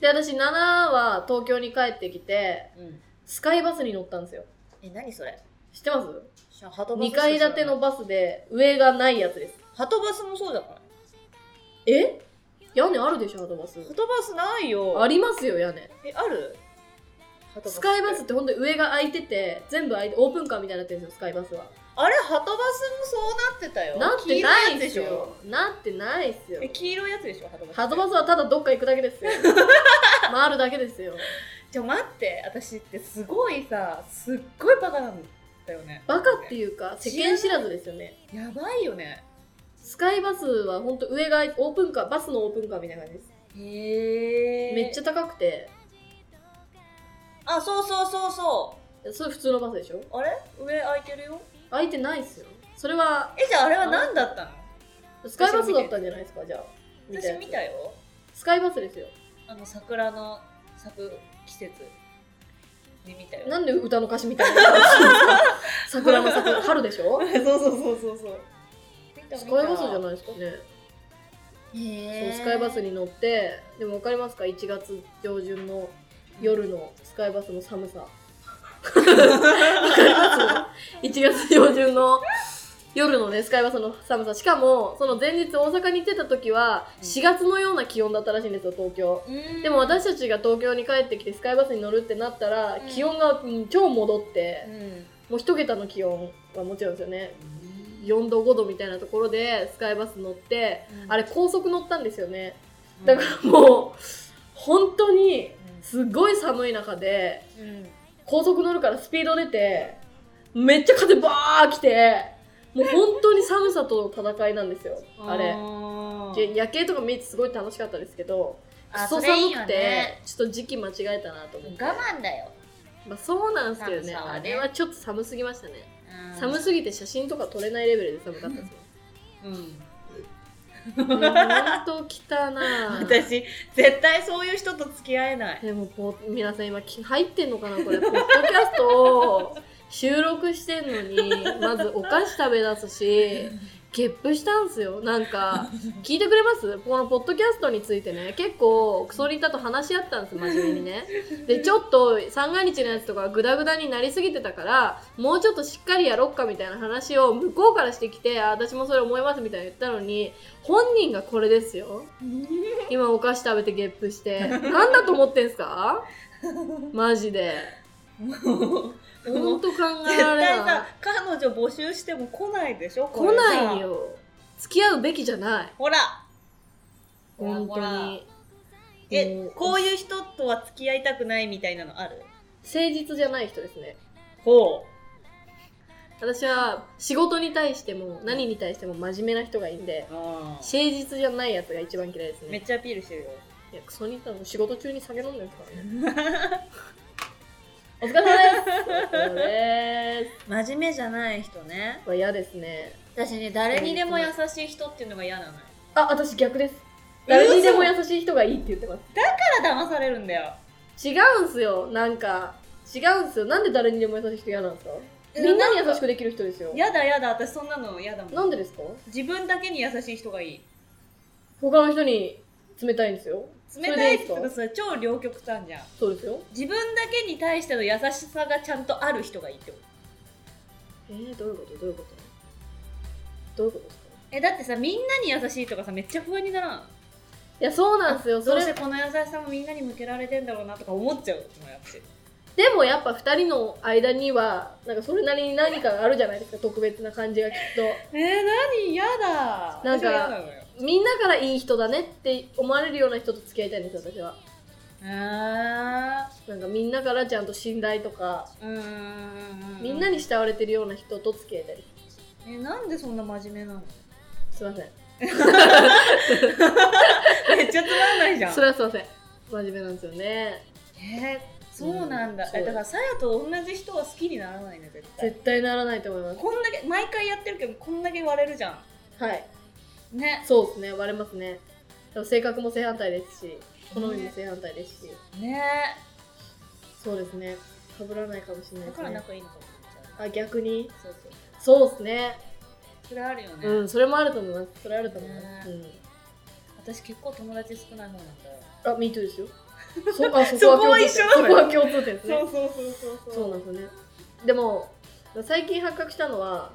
Speaker 1: で私7は東京に帰ってきて
Speaker 3: うん
Speaker 1: スカイバスに乗ったんですよ。
Speaker 3: え何それ
Speaker 1: 知ってます
Speaker 3: しゃハトバス
Speaker 1: ?2 階建てのバスで上がないやつです。
Speaker 3: ハトバスもそうじゃない
Speaker 1: え屋根あるでしょハトバス。
Speaker 3: ハトバスないよ
Speaker 1: ありますよ屋根。
Speaker 3: えあるハト
Speaker 1: スカイバ
Speaker 3: っ
Speaker 1: ス
Speaker 3: て
Speaker 1: って本当に上が空いてて全部空いてオープンカーみたいになってるんですよスカイバスは。
Speaker 3: あれハトバスもそうなってたよ
Speaker 1: なってない
Speaker 3: 黄色やつ
Speaker 1: で
Speaker 3: で
Speaker 1: し
Speaker 3: しょ
Speaker 1: ょ。なってないっすよ
Speaker 3: え。黄色いやつでしょハトバスって
Speaker 1: ハトバスはただどっか行くだけ ですよ。回るだけですよ。
Speaker 3: ちょ待って私ってすごいさすっごいバカなんだよね
Speaker 1: バカっていうか世間知らずですよね。
Speaker 3: やばいよね
Speaker 1: スカイバスは本当上がオープンカー、バスのオープンカーみたいな感じです。
Speaker 3: へ
Speaker 1: めっちゃ高くて、
Speaker 3: あそうそうそうそ
Speaker 1: それ普通のバスでしょ
Speaker 3: うあれ上空いてるよ
Speaker 1: 空いてないっすよ。それは
Speaker 3: えじゃああれは何だったの
Speaker 1: スカイバスだったんじゃないですか、じゃあ。みた
Speaker 3: 私
Speaker 1: いな
Speaker 3: 見たよ
Speaker 1: スカイバスですよ。
Speaker 3: あの桜の咲く季節に見たよ
Speaker 1: なんで歌の歌詞み たいな感じですか桜の桜、春でしょ
Speaker 3: そうそうそうそうそう見た見た
Speaker 1: スカイバスじゃないですかね。そ
Speaker 3: へ
Speaker 1: う
Speaker 3: ー
Speaker 1: スカイバスに乗ってでも分かりますか1月上旬の夜のスカイバスの寒 さ分かります ?1 月上旬の夜のねスカイバスの寒さしかもその前日大阪に行ってた時は
Speaker 3: うん
Speaker 1: 4月のような気温だったらしいんですよ東京
Speaker 3: うん
Speaker 1: でも私たちが東京に帰ってきてスカイバスに乗るってなったら
Speaker 3: うん
Speaker 1: 気温が、うん超戻って
Speaker 3: うん
Speaker 1: もう1桁の気温はもちろんですよね4度5度みたいなところでスカイバス乗って
Speaker 3: うん
Speaker 1: あれ高速乗ったんですよねだからもう本当にすごい寒い中で
Speaker 3: うん
Speaker 1: 高速乗るからスピード出てめっちゃ風バー来てもう本当に寒さとの戦いなんですよあれ
Speaker 3: ー
Speaker 1: で夜景とか見えてすごい楽しかったですけどク
Speaker 3: あ
Speaker 1: ソ
Speaker 3: それい
Speaker 1: 寒
Speaker 3: いよ
Speaker 1: く
Speaker 3: ね
Speaker 1: てちょっと時期間違えたなと思って
Speaker 3: 我慢だよ
Speaker 1: まあ、そうなんですけどね
Speaker 3: 寒さは
Speaker 1: あ
Speaker 3: ね
Speaker 1: れはちょっと寒すぎましたね
Speaker 3: うん
Speaker 1: 寒すぎて写真とか撮れないレベルで寒かったですよ
Speaker 3: うん
Speaker 1: 本当来たなぁ
Speaker 3: 私絶対そういう人と付き合えない
Speaker 1: でもポ皆さん今き入ってんのかなこれポッドキャストを収録してんのにまずお菓子食べ出すしゲップしたんすよなんか聞いてくれますこのポッドキャストについてね結構クソリタと話し合ったんです真面目にねでちょっと三が日のやつとかグダグダになりすぎてたからもうちょっとしっかりやろっかみたいな話を向こうからしてきてあ私もそれ思いますみたいな言ったのに本人がこれですよ今お菓子食べてゲップしてなんだと思ってんすか マジで
Speaker 3: もう
Speaker 1: ほんと考え
Speaker 3: 絶
Speaker 1: られ
Speaker 3: 対
Speaker 1: ない
Speaker 3: さ彼女募集しても来ないでしょこ
Speaker 1: 来
Speaker 3: れさ
Speaker 1: ないよ付き合うべきじゃない
Speaker 3: ほらほら
Speaker 1: 本当に
Speaker 3: え
Speaker 1: も
Speaker 3: こういう人とは付き合いたくないみたいなのある
Speaker 1: 誠実じゃない人ですね
Speaker 3: ほ
Speaker 1: 私は仕事に対しても何に対しても真面目な人がいいんで
Speaker 3: う
Speaker 1: 誠実じゃないやつが一番嫌いです
Speaker 3: めっ
Speaker 1: ね
Speaker 3: ちゃアピールしてるよ
Speaker 1: いやクソニータも仕事中に酒飲んでるからねお疲れ様です。
Speaker 3: 真面目じゃない人ね
Speaker 1: これ嫌ですね。
Speaker 3: 私ね誰にでも優しい人っていうのが嫌なのよ
Speaker 1: あ、私逆です。誰にでも優しい人がいいって言ってます。
Speaker 3: ただ騙されるんだよ
Speaker 1: 違うんすよなんか違うんすよなんで誰にでも優しい人嫌なんですかみんなに優しくできる人ですよ
Speaker 3: やだやだ私そんなの嫌だも
Speaker 1: なんんでですか
Speaker 3: 自分だけに優しい人がいい
Speaker 1: 他の人に冷たいんですよ
Speaker 3: 冷たい
Speaker 1: そ
Speaker 3: 人
Speaker 1: れでいい
Speaker 3: が
Speaker 1: ですか
Speaker 3: それ超両極端じゃん
Speaker 1: そうですよ
Speaker 3: 自分だけに対しての優しさがちゃんとある人がいいってこと
Speaker 1: えー、どういうことどういうことどういうことですか
Speaker 3: えだってさみんなに優しいとかさめっちゃ不安にならん
Speaker 1: いやそうなんですよそ
Speaker 3: どう
Speaker 1: れ
Speaker 3: せこの優しさもみんなに向けられてんだろうなとか思っちゃうのやっ
Speaker 1: でもやっぱ2人の間にはなんかそれなりに何かがあるじゃないですか特別な感じがきっ
Speaker 3: えー、何嫌だ
Speaker 1: なんか
Speaker 3: 私は嫌なのよ
Speaker 1: とみんなからいい人だねって思われるような人と付き合いたいんですよ私は
Speaker 3: あ
Speaker 1: なんかみんなからちゃんと信頼とか
Speaker 3: ーうーん
Speaker 1: みんなに慕われてるような人と付き合いたいです
Speaker 3: えなんでそんな真面目なの
Speaker 1: すいません
Speaker 3: めっちゃつまんないじゃん
Speaker 1: それはすいません真面目なんですよね
Speaker 3: えー、そうなんだ、
Speaker 1: うん
Speaker 3: えだからさやと同じ人は好きにならないね絶対
Speaker 1: 絶対ならないと思いま
Speaker 3: こんだけ毎回やってるけどこんだけ割れるじゃ
Speaker 1: すはい
Speaker 3: んね
Speaker 1: そうですね割れますねでも性格も正反対ですし好みも正反対ですし、
Speaker 3: ね
Speaker 1: そうですね被らないかもしれない
Speaker 3: だ
Speaker 1: です
Speaker 3: から
Speaker 1: ね
Speaker 3: 仲いいのかもしれない
Speaker 1: あ逆に
Speaker 3: そうそう
Speaker 1: そうですね
Speaker 3: それあるよね、
Speaker 1: うんそれもあると思いますそれあると思います、うん
Speaker 3: 私結構友達少ない方なんだよ
Speaker 1: あ、ミート ですよ。そあそ
Speaker 3: そこ
Speaker 1: 共
Speaker 3: は一
Speaker 1: 通点そこ
Speaker 3: 緒なのよ
Speaker 1: は共通点ですね。
Speaker 3: そうそうそうそう
Speaker 1: そうなんですよね。でも、最近発覚したのは、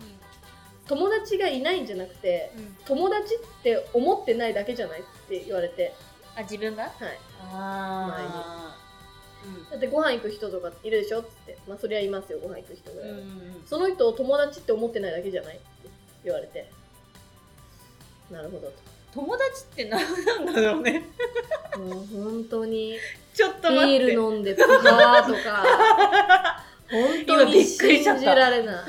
Speaker 1: 友達がいないんじゃなくて、
Speaker 3: うん
Speaker 1: 友達って思ってないだけじゃないって言われて、
Speaker 3: あ自分がはいあ
Speaker 1: だってご飯行く人とかいるでしょっつって、まあそりゃいますよ、ご飯行く人ぐ
Speaker 3: あ
Speaker 1: らいは。
Speaker 3: ん
Speaker 1: その人を友達って思ってないだけじゃないって言われて、なるほど
Speaker 3: 友達って何なんだろうね
Speaker 1: と。もう本当に、
Speaker 3: ちょっと待
Speaker 1: ビー
Speaker 3: っ
Speaker 1: ル
Speaker 3: て
Speaker 1: 飲んでパーとか、 本当
Speaker 3: 今び
Speaker 1: に
Speaker 3: っくりしち
Speaker 1: 信
Speaker 3: ゃった
Speaker 1: じられない。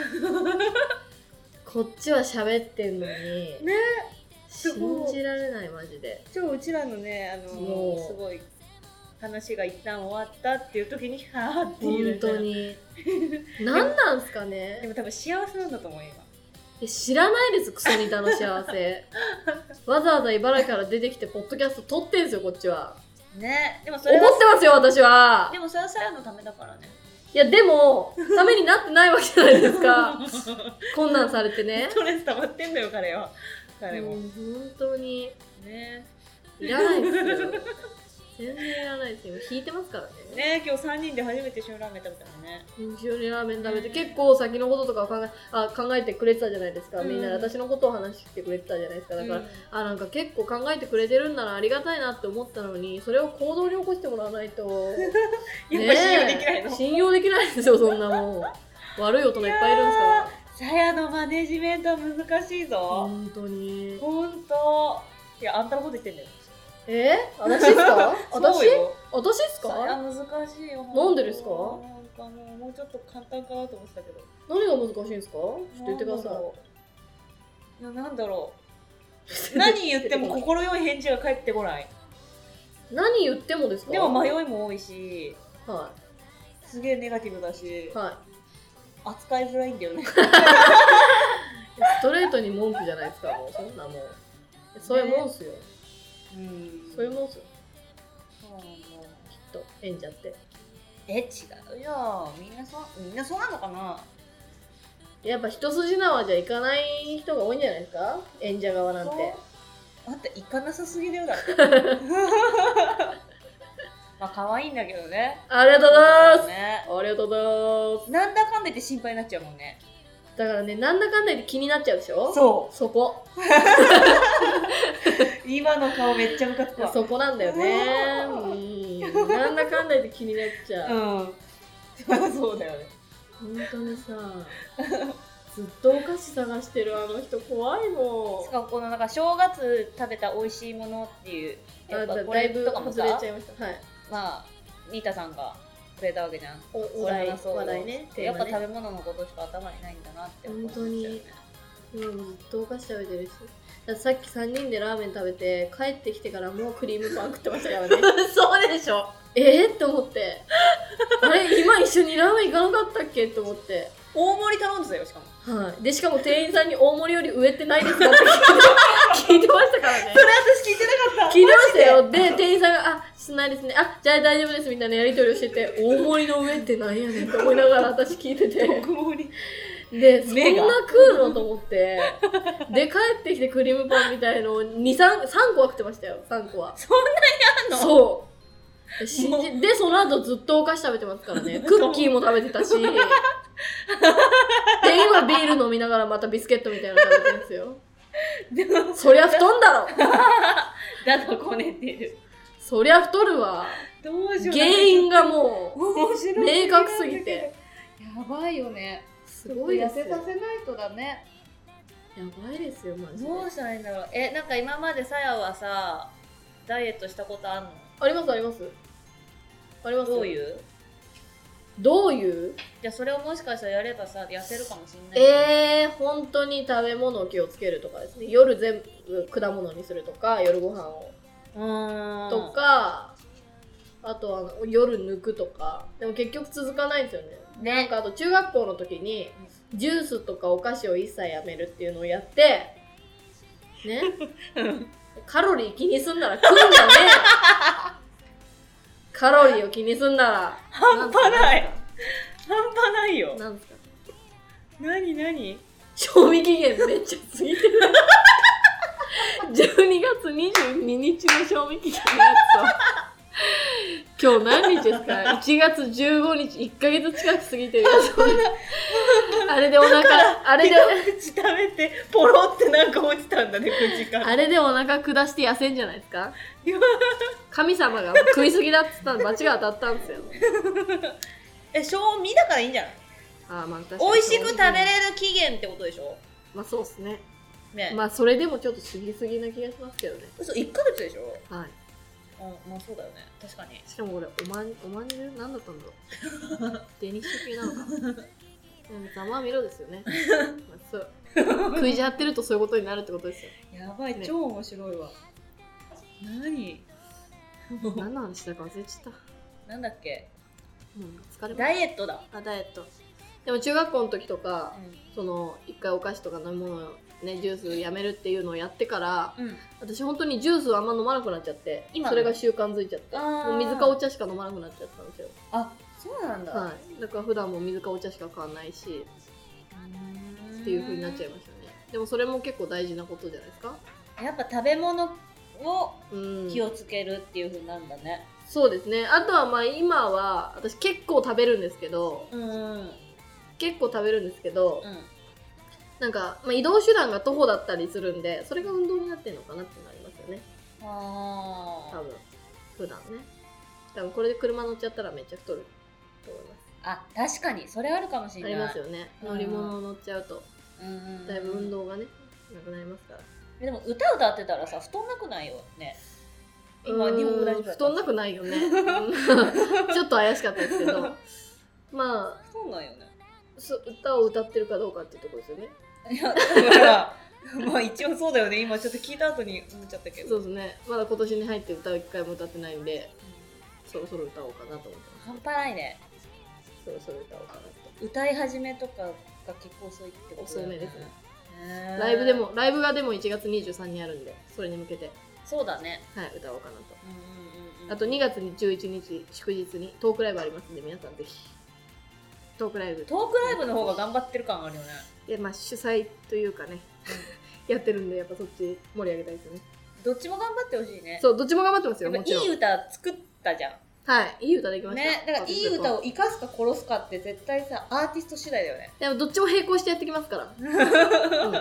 Speaker 1: こっちは喋ってんのに、
Speaker 3: ね
Speaker 1: 信
Speaker 3: ごい
Speaker 1: じられないマジで。
Speaker 3: 今日うちらのねあの
Speaker 1: そう
Speaker 3: すごい話が一旦終わったっていう時に はあっていう
Speaker 1: 本当 に。何なんすか
Speaker 3: で
Speaker 1: ね
Speaker 3: も多分幸せなんだと思う今
Speaker 1: いや知らないです、クソニタの幸 せ。わざわざ茨城から出てきて、ポッドキャスト撮ってんすよ、こっちは。
Speaker 3: ねでもそ
Speaker 1: 怒っ
Speaker 3: れ
Speaker 1: て
Speaker 3: は
Speaker 1: ますよ、私は
Speaker 3: で。もそれはさやのためだからね
Speaker 1: いや、でも、ためになってないわけじゃないですか。こんなんされてね
Speaker 3: ス。トレス溜まってんだよ彼は彼
Speaker 1: もう
Speaker 3: も
Speaker 1: 本当に。
Speaker 3: ね
Speaker 1: いらないですよ。全然いらないですよ。引いてますからね。
Speaker 3: ね今日3人で初めて塩ラーメン食べたのね
Speaker 1: 非常にラーメン食べて、結構先のこととかを考えあ考えてくれてたじゃないですか。みんなで
Speaker 3: うん
Speaker 1: 私のことを話してくれてたじゃないですか。だから、
Speaker 3: うん
Speaker 1: あ、なんか結構考えてくれてるんならありがたいなって思ったのに、それを行動に起こしてもらわないと。
Speaker 3: やっぱ信用
Speaker 1: ねえ
Speaker 3: できないの
Speaker 1: 信用できないですよ、そんなもん。悪い大人いっぱいいるんですから。
Speaker 3: さやのマネジメントは難しいぞ
Speaker 1: 本当に。
Speaker 3: ほんといやあんたのこと言ってんだよ
Speaker 1: え私です か
Speaker 3: そう
Speaker 1: 私
Speaker 3: よ
Speaker 1: 私です
Speaker 3: そりゃ
Speaker 1: か
Speaker 3: 難しいよ
Speaker 1: なんでですか
Speaker 3: なんかもうもうちょっと簡単かなと思ってたけど
Speaker 1: 何が難しいんですかちょっと言ってください。
Speaker 3: いやなんだろう何言っても心よい返事が返ってこ ない
Speaker 1: 何言ってもですか
Speaker 3: でも迷いも多いし
Speaker 1: は
Speaker 3: すげえネガティブだし
Speaker 1: いはい
Speaker 3: 扱いづらいん だよね
Speaker 1: ストレートに文句じゃないですかもうそんなもうそういうもんっすよ、
Speaker 3: うん
Speaker 1: そういうもんっすよ
Speaker 3: そうなんだ
Speaker 1: きっと演者って
Speaker 3: え違うよみんなそうみんなそうなのかな
Speaker 1: やっぱ一筋縄じゃいかない人が多いんじゃないですか演者側なんて
Speaker 3: あんた行かなさすぎだよだって まあ可愛いんだけどね
Speaker 1: ありがとうございます
Speaker 3: ね
Speaker 1: ありがとうございま
Speaker 3: なんだかんだ言って心配になっちゃうもんね
Speaker 1: すだからねなんだかんだ言って気になっちゃうでしょ
Speaker 3: そ
Speaker 1: そこ
Speaker 3: う今の顔めっちゃムカつくわ
Speaker 1: そこなんだよねうんなんだかんだ言って気になっちゃう、
Speaker 3: うんそうだよね
Speaker 1: 本当にさずっとお菓子探してるあの人怖いもん
Speaker 3: しかもこのなんか正月食べた美味しいものっていうや
Speaker 1: あ
Speaker 3: っぱ
Speaker 1: だ
Speaker 3: こ
Speaker 1: だ
Speaker 3: れ
Speaker 1: いぶ
Speaker 3: とかも
Speaker 1: 外
Speaker 3: さ
Speaker 1: れちゃいましたはい
Speaker 3: まあニータさんがくれたわけじゃん
Speaker 1: おお
Speaker 3: これ
Speaker 1: 題
Speaker 3: 話そう
Speaker 1: 話題ね
Speaker 3: やっぱ
Speaker 1: テーマね
Speaker 3: 食べ物のことしか頭にないんだなって思っちゃうよね
Speaker 1: うん、ずっとお菓子食べてるし。だってさっき3人でラーメン食べて、帰ってきてからもうクリームパン食ってましたからね。
Speaker 3: そうでしょ
Speaker 1: えーって思って。あれ今一緒にラーメン行かなかったっけと思って。
Speaker 3: 大盛り頼んでたよしかも
Speaker 1: はい。で、しかも店員さんに大盛りより上ってないですかって聞いて聞いてましたからね。
Speaker 3: それ私聞いてなかった
Speaker 1: 聞いてましたよ。で、店員さんが、あ、しないですね。あ、じゃあ大丈夫ですみたいなやり取りをしてて、大盛りの上ってなんやねんって思いながら私聞いてて。
Speaker 3: 僕も無理
Speaker 1: で、そんな
Speaker 3: 目が
Speaker 1: 食うのと思って。で、帰ってきてクリームパンみたいのを2、3、3個は食ってましたよ。3個は。
Speaker 3: そんなにあんの
Speaker 1: そう。信じで、その後ずっとお菓子食べてますからね。クッキーも食べてたし。で、今ビール飲みながらまたビスケットみたいなの食べてるんですよ。
Speaker 3: でも
Speaker 1: そりゃ太んだろ
Speaker 3: だとこねてる
Speaker 1: そりゃ太るわ。
Speaker 3: どうしよう
Speaker 1: 原因がもう、
Speaker 3: 面白い
Speaker 1: 明確すぎて
Speaker 3: やばいよね
Speaker 1: すごいですよ。
Speaker 3: ちょ
Speaker 1: や
Speaker 3: っと痩せさせないとだね
Speaker 1: ばいですよ、マジで。
Speaker 3: どうしたらいいんだろうえなんか今までさやはさダイエットしたことあんの
Speaker 1: ありますあります。あります
Speaker 3: どう
Speaker 1: う
Speaker 3: いう
Speaker 1: どういう
Speaker 3: じゃあそれをもしかしたらやればさ痩せるかもしんない
Speaker 1: えー、本当に食べ物を気をつけるとかですね。夜全部果物にするとか、夜ご飯を。
Speaker 3: うーん
Speaker 1: とか、あとあの夜抜くとか。でも結局続かないんですよね。なん
Speaker 3: ね
Speaker 1: かあと中学校の時にジュースとかお菓子を一切やめるっていうのをやってねカロリー気にすんなら食うんだねカロリーを気にすんなら
Speaker 3: 半端ない半端ないよ
Speaker 1: なんですか
Speaker 3: なになに
Speaker 1: 賞味期限めっちゃ過ぎてる12月22日の賞味期限のやつと今日何日ですか ?1 月15日1ヶ月近く過ぎてるやつあれでお腹あれで
Speaker 3: 口食べてポロってなんか落ちたんだね口か
Speaker 1: あれでお腹下して痩せんじゃないですか
Speaker 3: いや
Speaker 1: 神様が食いすぎだっつったの罰が当たったんですよ
Speaker 3: え賞味だからいいんじゃない
Speaker 1: あーまあ確かに
Speaker 3: 美味しく食べれる期限ってことでしょ
Speaker 1: まあそうっすね
Speaker 3: ね、
Speaker 1: まあそれでもちょっと過ぎすぎな気がしますけどね
Speaker 3: 嘘1ヶ月でしょ
Speaker 1: はい
Speaker 3: うんまあそうだよね確かに
Speaker 1: しかも俺おまんおまんじゅう何だったんだろ うデニッシュ系なのかなでもざまあみろですよ ね、まあ、そう食いじゃってるとそういうことになるってことですよ
Speaker 3: やば
Speaker 1: ね
Speaker 3: 超面白いわ何
Speaker 1: 何の話だか忘れちゃったも
Speaker 3: なんだっけ
Speaker 1: う疲れま
Speaker 3: ダイエットだ、
Speaker 1: あダイエットでも中学校の時とか
Speaker 3: う
Speaker 1: その一回お菓子とか飲み物ねジュースやめるっていうのをやってから
Speaker 3: んうん、
Speaker 1: 私本当にジュースあんま飲まなくなっちゃって
Speaker 3: 今
Speaker 1: それが習慣づいちゃって
Speaker 3: あー
Speaker 1: もう水かお茶しか飲まなくなっちゃったんですよ、
Speaker 3: あそうなんだ、
Speaker 1: はい、だから普段も水かお茶しか買わないし
Speaker 3: っ
Speaker 1: っていう風になっちゃいましたねでもそれも結構大事なことじゃないですか
Speaker 3: やっぱ食べ物を
Speaker 1: うん
Speaker 3: 気をつけるっていう風になるんだね
Speaker 1: そうですねあとはまあ今は私結構食べるんですけど
Speaker 3: うんうん
Speaker 1: 結構食べるんですけど、なんか、まあ、移動手段が徒歩だったりするんでそれが運動になってるのかなってなりますよね
Speaker 3: あ
Speaker 1: 多
Speaker 3: ー
Speaker 1: 分普段ね多分これで車乗っちゃったらめっちゃ太ると思います
Speaker 3: あ確かにそれあるかもしれ
Speaker 1: あ
Speaker 3: ない
Speaker 1: りますよね
Speaker 3: うん
Speaker 1: 乗り物乗っちゃうと
Speaker 3: うんうんうん
Speaker 1: だいぶ運動がねなくなりますから
Speaker 3: でも歌歌ってたらさ太んなくないよね今
Speaker 1: うーん
Speaker 3: 日本語大丈夫だった
Speaker 1: 太んなくないよね ちょっと怪しかったですけどまあ
Speaker 3: 太んないよね
Speaker 1: そ歌を歌ってるかどうかっていうところですよね
Speaker 3: いやだから まあ一応そうだよね今ちょっと聞いた後に思っちゃったけ
Speaker 1: そう
Speaker 3: ど
Speaker 1: ですねまだ今年に入って歌う機会も歌ってないんでそろそろ歌おうかなと思ってま
Speaker 3: 半端ないね
Speaker 1: すそろそろ歌おうかなと
Speaker 3: 歌い始めとかが結構遅いってことだよ
Speaker 1: 遅めですね
Speaker 3: ね
Speaker 1: ライブでもライブがでも1月23にあるんでそれに向けて
Speaker 3: そうだね
Speaker 1: はい歌おうかなと
Speaker 3: うんうんうんうん
Speaker 1: あと2月に11日祝日にトークライブありますんで皆さんぜひトークライブ
Speaker 3: トークライブの方が頑張ってる感あるよね
Speaker 1: でまあ主催というかね やってるんでやっぱそっち盛り上げたいですよね
Speaker 3: どっちも頑張ってほしいね
Speaker 1: そうどっちも頑張ってますよ
Speaker 3: やっぱ
Speaker 1: もちろん
Speaker 3: いい歌作ったじゃ
Speaker 1: はいいい歌できま
Speaker 3: ん
Speaker 1: した
Speaker 3: ねだからいい歌を生かすか殺すかって絶対さアーティスト次第だよね
Speaker 1: でもどっちも並行してやってきます から、うん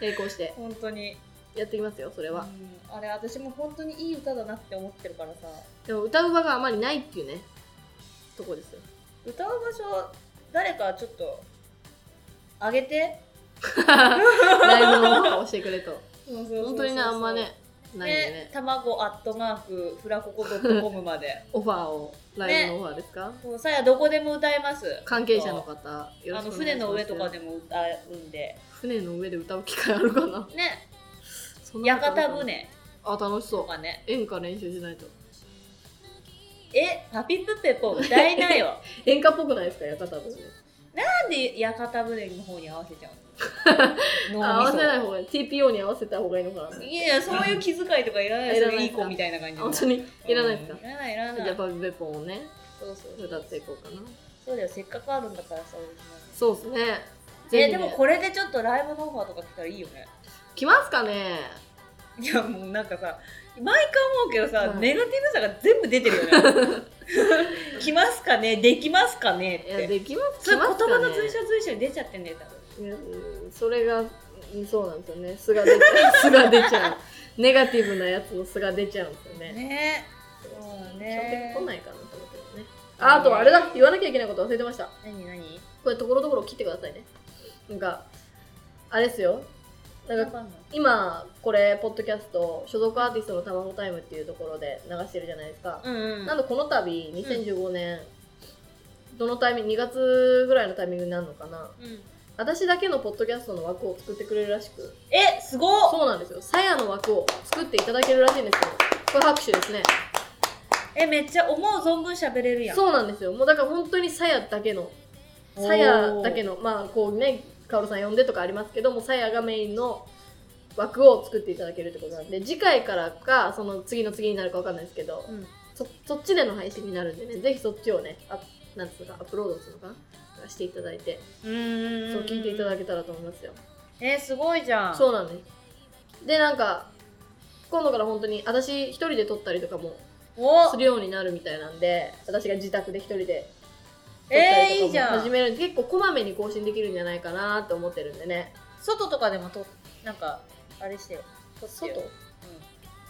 Speaker 1: 並行して
Speaker 3: 本当に
Speaker 1: やってきますよそれは、
Speaker 3: うんあれ私も本当にいい歌だなって思ってるからさ
Speaker 1: でも歌う場があまりないっていうねとこ ですよ
Speaker 3: 歌う場所誰かちょっとあげて
Speaker 1: ライブの方をしてくれと本
Speaker 3: 本
Speaker 1: 当にねあんまねないんでね
Speaker 3: ね、卵アットマークフラココドットコム まで
Speaker 1: オファーをライブのオファーですか、
Speaker 3: もうさやどこでも歌えます
Speaker 1: 関係者の方よろ
Speaker 3: あ
Speaker 1: しくお願いし
Speaker 3: の
Speaker 1: ます
Speaker 3: 船の上とかでも歌うんで
Speaker 1: 船の上で歌う機会あるかな
Speaker 3: ね
Speaker 1: そんな
Speaker 3: 屋
Speaker 1: ことあるか
Speaker 3: 形
Speaker 1: な
Speaker 3: 船
Speaker 1: あ楽しそ
Speaker 3: と
Speaker 1: う
Speaker 3: かね
Speaker 1: 演歌練習しないと
Speaker 3: えパピプペポ歌えなよ
Speaker 1: 演歌っぽくないですか屋形船
Speaker 3: なんで屋形船の方に合わせちゃう の脳みそ
Speaker 1: あ合わせない方がいい TPO に合わせた方がいいのかなあ
Speaker 3: いやいやそういう気遣いとかいらないです
Speaker 1: いら
Speaker 3: よ
Speaker 1: ない
Speaker 3: い
Speaker 1: です
Speaker 3: い
Speaker 1: か
Speaker 3: 子みたいな感じ
Speaker 1: 本当 にいらないですか
Speaker 3: うんいらないいら
Speaker 1: じ
Speaker 3: な
Speaker 1: ゃあ
Speaker 3: い
Speaker 1: パピペポンをね
Speaker 3: そうそうそう
Speaker 1: 歌っていこうかな
Speaker 3: そうだよせっかくあるんだからさオリジ
Speaker 1: そうですね
Speaker 3: ナル
Speaker 1: ぜ
Speaker 3: え
Speaker 1: ひね
Speaker 3: でもこれでちょっとライブのオファーとか来たらいいよね
Speaker 1: 来ますかね
Speaker 3: いやもうなんかさ毎回思うけどさ、
Speaker 1: うん
Speaker 3: ネガティブさが全部出てるよね 来ますかねできますかねっ
Speaker 1: いや
Speaker 3: て
Speaker 1: できます
Speaker 3: そう
Speaker 1: 来
Speaker 3: い
Speaker 1: ま
Speaker 3: う言
Speaker 1: す
Speaker 3: 葉
Speaker 1: か
Speaker 3: の
Speaker 1: ね
Speaker 3: 随所随所に出ちゃってんだよ多分
Speaker 1: ねうんそれがうんそうなんですよね素が出ちゃう 素が出ちゃうネガティブなやつの素が出ちゃうんですよね
Speaker 3: ねそうだ
Speaker 1: 基本的に
Speaker 3: ね
Speaker 1: 来ないかなと思ってるねああとあれだ言わなきゃいけないこと忘れてました
Speaker 3: 何何
Speaker 1: これところどころ切ってくださいねなんかあれですよな
Speaker 3: わ
Speaker 1: んか
Speaker 3: かんない
Speaker 1: 今これポッドキャスト所属アーティストのたまごタイムっていうところで流してるじゃないですか、
Speaker 3: うんうん
Speaker 1: なんでこの度2015年、どのタイミング2月ぐらいのタイミングになるのかな
Speaker 3: うん
Speaker 1: 私だけのポッドキャストの枠を作ってくれるらしく
Speaker 3: えすごっ
Speaker 1: そうなんですよさやの枠を作っていただけるらしいんですよこれ拍手ですね
Speaker 3: えめっちゃ思う存分喋れるやん
Speaker 1: そうなんですよもうだから本当にさやだけの
Speaker 3: おー
Speaker 1: さやだけのまあこうねカオルさん呼んでとかありますけどもさやがメインの枠を作っていただけるってことなんで次回からかその次の次になるかわかんないですけど、
Speaker 3: うん
Speaker 1: そそっちでの配信になるんでねぜひそっちをねあなんつうのかアップロードするのかなしていただいて
Speaker 3: うんうんうん
Speaker 1: そう聞いていただけたらと思いますよ、
Speaker 3: えすごいじゃん
Speaker 1: そうなんですでなんか今度から本当に私一人で撮ったりとかも
Speaker 3: お
Speaker 1: するようになるみたいなんで私が自宅で一人で
Speaker 3: えーいいじゃん
Speaker 1: 始めるんで結構こまめに更新できるんじゃないかなって思ってるんでね
Speaker 3: 外とかでもとなんかあれしてよ撮ってよ
Speaker 1: 外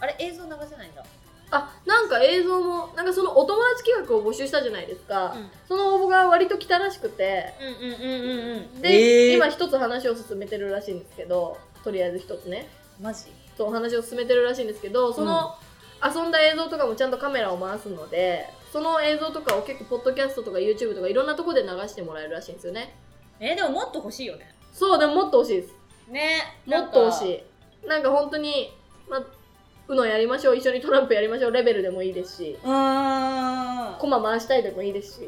Speaker 3: あれ映像流せないんだ
Speaker 1: あなんか映像もなんかそのお友達企画を募集したじゃないですか、
Speaker 3: うん
Speaker 1: その応募が割と来たらしくて
Speaker 3: うんうんうんうんうん
Speaker 1: で、
Speaker 3: えー
Speaker 1: 今一つ話を進めてるらしいんですけどとりあえず一つね
Speaker 3: マジ
Speaker 1: とお話を進めてるらしいんですけどその、遊んだ映像とかもちゃんとカメラを回すのでその映像とかを結構ポッドキャストとか YouTube とかいろんなとこで流してもらえるらしいんですよね
Speaker 3: えでももっと欲しいよね
Speaker 1: そうでももっと欲しいです
Speaker 3: ね
Speaker 1: もっと欲
Speaker 3: い
Speaker 1: しいなんか本当にまあ UNO やりましょう一緒にトランプやりましょうレベルでもいいですし
Speaker 3: あ
Speaker 1: コマ回したいでもいいです し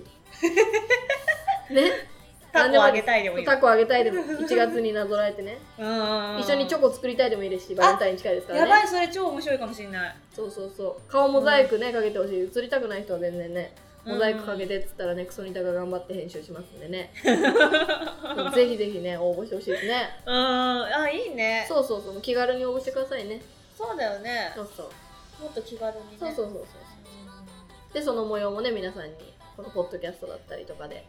Speaker 1: ね
Speaker 3: タコあげたいでもいい
Speaker 1: タコあげたいでも1月になぞらえてね一緒にチョ
Speaker 3: コ
Speaker 1: コ作りたいでもいいですしバレンタイン近いですから
Speaker 3: やば
Speaker 1: ね
Speaker 3: いそれ超面白いかもしれない
Speaker 1: そうそうそう顔モザイクねかけてほしい映りたくない人は全然ねモザイクかけてっつったらねクソニタが頑張って編集しますんで ねうんぜひぜひね応募してほしいですね
Speaker 3: うんあいいね
Speaker 1: そうそうそう気軽に応募してくださいね
Speaker 3: そうだよね
Speaker 1: そうそう
Speaker 3: もっと気軽にね
Speaker 1: そうそうそうそうでその模様もね皆さんにこのポッドキャストだったりとかで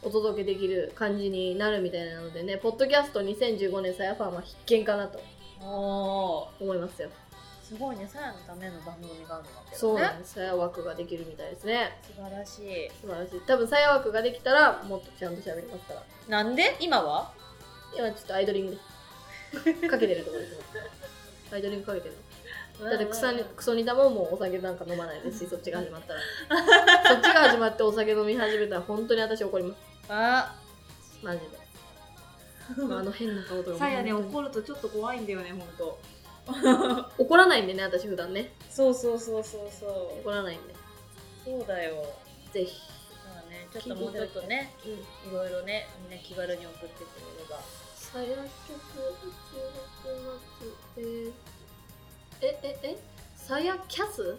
Speaker 1: お届けできる感じになるみたいなのでねポッドキャスト2015年さやファンは必見かなと
Speaker 3: おー
Speaker 1: 思いますよ
Speaker 3: すごいねさやのための番組があるんだけ
Speaker 1: そう
Speaker 3: どね
Speaker 1: なんですさや枠ができるみたいですね
Speaker 3: 素晴らしい
Speaker 1: 素晴らしい多分さや枠ができたらもっとちゃんと喋りますから
Speaker 3: なんで今は
Speaker 1: 今ちょっとアイドリングです かけてるところですねアイドリングかけてるだって草にクソニタももうお酒なんか飲まない ですしそっちが始まったらそっちが始まってお酒飲み始めたら本当に私怒ります
Speaker 3: あ
Speaker 1: マジで。 まああの変な顔とかも
Speaker 3: さやね怒るとちょっと怖いんだよねほんと
Speaker 1: 怒らないんでね、私普段ね。
Speaker 3: そうそうそうそうそう
Speaker 1: 怒らないんで。
Speaker 3: そうだよ
Speaker 1: ぜひ。
Speaker 3: まあねちょっともうちょっとね
Speaker 1: うん。
Speaker 3: いろいろねみんな気軽に送ってくれれば
Speaker 1: 最悪1月末え、え、え、さやキャス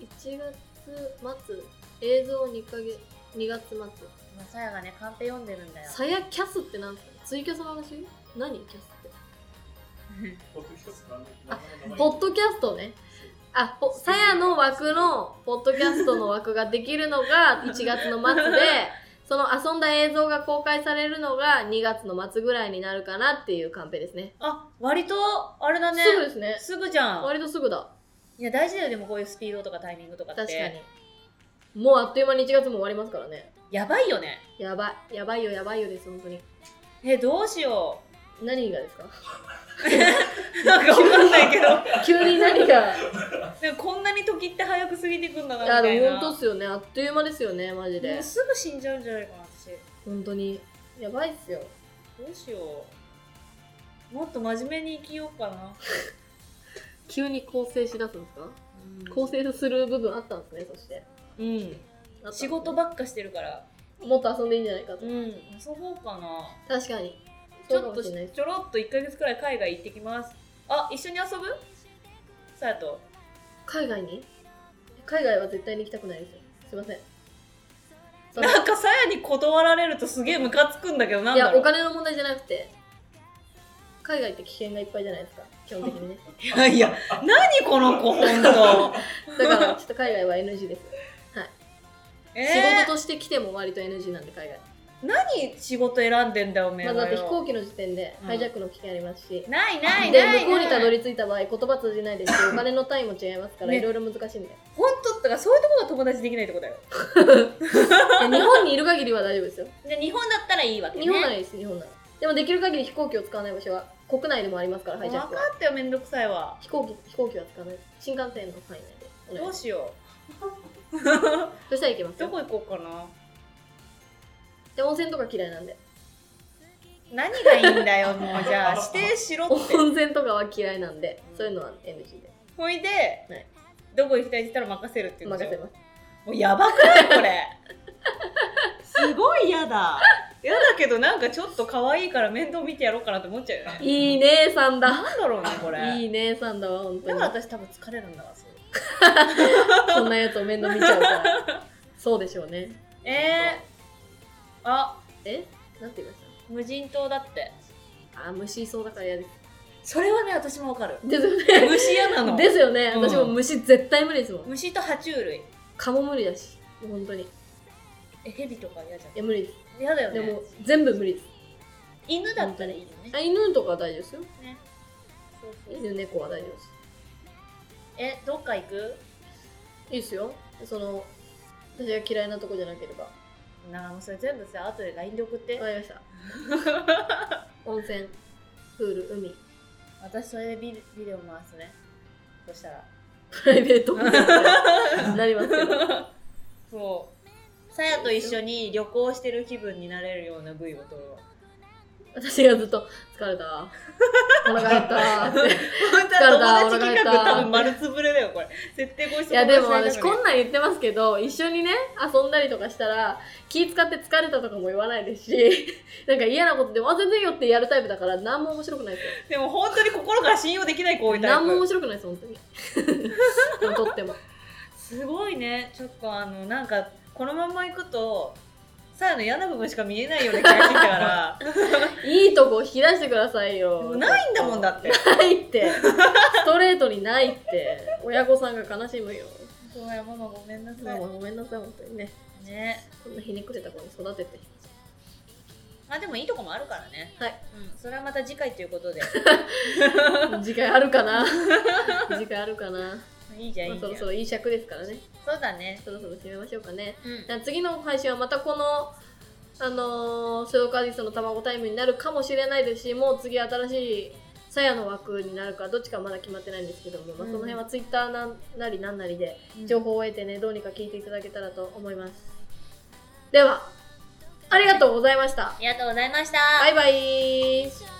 Speaker 1: ?1 月末、映像2か月、2月末。
Speaker 3: まあさやがねカンペ読んでるんだよ
Speaker 1: さやキャスってなんですかツイキャスの話何キャスって。
Speaker 5: ポッドキャストなんで
Speaker 1: あ
Speaker 5: 名前の名前
Speaker 1: ポッドキャストね。あ、ポさやの枠の、ポッドキャストの枠ができるのが1月の末 で、その遊んだ映像が公開されるのが2月の末ぐらいになるかなっていうカンペですね。
Speaker 3: あ割とあれだね
Speaker 1: すぐですね。
Speaker 3: すぐじゃん
Speaker 1: 割とすぐだ。
Speaker 3: いや大事だよでもこういうスピードとかタイミングとかって
Speaker 1: 確かに。もうあっという間に1月も終わりますからね。
Speaker 3: やばいよね
Speaker 1: やばい、やばいよ、やばいよです、本当に。
Speaker 3: えどうしよ
Speaker 1: 何が ですか
Speaker 3: うなんかわかんないけど
Speaker 1: 急に何が。
Speaker 3: なんかこんなに時って早く過ぎてくんだないみた
Speaker 1: や、
Speaker 3: いな
Speaker 1: でも本当っすよね。あっという間ですよね、マジ
Speaker 3: も
Speaker 1: で
Speaker 3: う。すぐ死んじゃうんじゃないかな私
Speaker 1: 本当に。やばいっすよ。
Speaker 3: どうしようもっと真面目に生きようかな
Speaker 1: 急に構成しだすんですか構成する部分あったんですねそして
Speaker 2: うん
Speaker 1: あったんですね
Speaker 3: 仕事ばっかしてるから
Speaker 1: もっと遊んでいいんじゃないかと
Speaker 3: うん遊ぼうかな
Speaker 1: 確かに
Speaker 3: ち
Speaker 1: そうか
Speaker 3: ょっ
Speaker 1: も
Speaker 3: と
Speaker 1: しれないです
Speaker 3: ちょろっと1ヶ月くらい海外行ってきますあ一緒に遊ぶさやと
Speaker 1: 海外に海外は絶対に行きたくないですよすいませんその
Speaker 3: なんかさやに断られるとすげえムカつくんだけどなん
Speaker 1: い
Speaker 3: だ
Speaker 1: や
Speaker 3: ろ
Speaker 1: お
Speaker 3: う
Speaker 1: 金の問題じゃなくて海外って危険がいっぱいじゃないですか基本的 にね
Speaker 3: いやいや何この子ほ んと
Speaker 1: だからちょっと海外は NG です、
Speaker 3: え
Speaker 1: 仕事として来ても割と NG なんで海外
Speaker 3: 何仕事選んでんだよおめえ
Speaker 1: ま
Speaker 3: は
Speaker 1: あ
Speaker 3: よ
Speaker 1: だって飛行機の時点で
Speaker 3: うん
Speaker 1: ハイジャックの危険ありますし、
Speaker 3: ないない
Speaker 1: で
Speaker 3: ない
Speaker 1: 向こうにたど
Speaker 3: り
Speaker 1: り着いた場合言葉通じないですしお金の単位も違いますから
Speaker 3: ね
Speaker 1: いろいろ難しいんで
Speaker 3: 本当だからそういうとこが友達できないってことだよ
Speaker 1: いや日本にいる限りは大丈夫ですよ
Speaker 3: で日本だったらいいわけね
Speaker 1: 日本ならいいです日本ならでもできる限り飛行機を使わない場所は国内でもありますからハイ
Speaker 3: 分
Speaker 1: ジャッ
Speaker 3: か
Speaker 1: クは
Speaker 3: ったよめんどくさいわ
Speaker 1: 飛行機飛行機は使わない新幹線の範囲内でお願いしま
Speaker 3: どう
Speaker 1: す
Speaker 3: しよ
Speaker 1: そしたらいけま
Speaker 3: う
Speaker 1: す
Speaker 3: ど
Speaker 1: よ
Speaker 3: こ行こうかな
Speaker 1: で温泉とか嫌いなんで
Speaker 3: 何がいいんだよもうじゃあ指定しろって
Speaker 1: 温泉とかは嫌いなんでそういうのは NG で
Speaker 3: ほいで、
Speaker 1: い
Speaker 3: どこ行きたいって言ったら任せるって言うん
Speaker 1: 任
Speaker 3: でしょ
Speaker 1: せます
Speaker 3: もうやばくないこ れすごい嫌だ嫌だけどなんかちょっと可愛いから面倒見てやろうかなって思っちゃうよね
Speaker 1: いい姉さんだ
Speaker 3: なんだろうねこれ
Speaker 1: いい姉さんだわ本当
Speaker 3: だ
Speaker 1: に
Speaker 3: から私多分疲れるんだわそう
Speaker 1: こんなやつを面倒見ちゃう からそうでしょうね
Speaker 3: えー、あ
Speaker 1: えなんて言いました
Speaker 3: 無人島だって
Speaker 1: あー虫いそうだから嫌 です。
Speaker 3: それはね私もわかる
Speaker 1: ですよね。
Speaker 3: 虫嫌なの
Speaker 1: ですよね。
Speaker 3: うん
Speaker 1: 私も虫絶対無理ですもん。
Speaker 3: 虫と爬虫類
Speaker 1: 蚊も無理だし、もう本当に。い
Speaker 3: え蛇とか嫌じゃ
Speaker 1: や、無理です。
Speaker 3: ん嫌だよ
Speaker 1: で
Speaker 3: ね
Speaker 1: も、全部無理です。
Speaker 3: 犬だったらいいよね
Speaker 1: あ犬とかは大丈夫ですよ。
Speaker 3: そうそう
Speaker 1: 犬、猫は大丈夫です。
Speaker 3: えどっか行く
Speaker 1: いいですよ。その、私が嫌いなとこじゃなければ。
Speaker 3: なあもうそれ全部さ後で LINE で送って
Speaker 1: わかりま した。温泉、プール、海、
Speaker 3: 私それでビデビデオ回すねそしたら
Speaker 1: プライベー トなりますけど。
Speaker 3: そうさやと一緒に旅行してる気分になれるような V を撮るわ
Speaker 1: 私がずっと、疲れた。お腹減 ったって。
Speaker 3: 本当
Speaker 1: だ
Speaker 3: は
Speaker 1: お
Speaker 3: 友達企
Speaker 1: 腹減
Speaker 3: 画
Speaker 1: った
Speaker 3: 多分丸つぶれだよこれ設定こいつ
Speaker 1: いやでも私こんなん言ってますけど一緒にね遊んだりとかしたら気使って疲れたとかも言わないですし なんか嫌なことでも「あ全然いいよ」ってやるタイプだから何も面白くないです
Speaker 3: でも本当に心から信用できない子多い
Speaker 1: よ
Speaker 3: タイ
Speaker 1: 何も面
Speaker 3: プ
Speaker 1: 白くないです本 当にとっても
Speaker 3: すごいねちょっとあのなんかこのまま行くとさやの嫌な部分しか見えないような気がしてきたから
Speaker 1: いいとこを引き出してください
Speaker 3: で
Speaker 1: よ
Speaker 3: もないんだもんだって
Speaker 1: ない ってストレートにないって親御さんが悲しむよ
Speaker 3: ごめんママごめんな
Speaker 1: ママごめんなさい本当にね
Speaker 3: ね
Speaker 1: こんなひねくれた子に育てて
Speaker 3: まあでもいいとこもあるからね
Speaker 1: はい
Speaker 3: うんそれはまた次回という ことで
Speaker 1: 次回あるか な次回あるかな、
Speaker 3: いいじゃん
Speaker 1: ま
Speaker 3: い
Speaker 1: あ、そ
Speaker 3: いじゃ
Speaker 1: ろ
Speaker 3: ん
Speaker 1: そ
Speaker 3: そう
Speaker 1: ろいい尺ですからね
Speaker 3: だね
Speaker 1: そろそろ締めましょうかね
Speaker 3: うん
Speaker 1: じゃあ次の配信はまたこの、あのー、ソヨカディストの卵タイムになるかもしれないですし、もう次新しいさやの枠になるか、どっちかまだ決まってないんですけども、まあ、
Speaker 3: うん
Speaker 1: その辺はツイッターなんなりなんなりで情報を得てね、どうにか聞いていただけたらと思います。では、ありがとうございました。
Speaker 3: ありがとうございました。
Speaker 1: バイバイ。
Speaker 4: 「少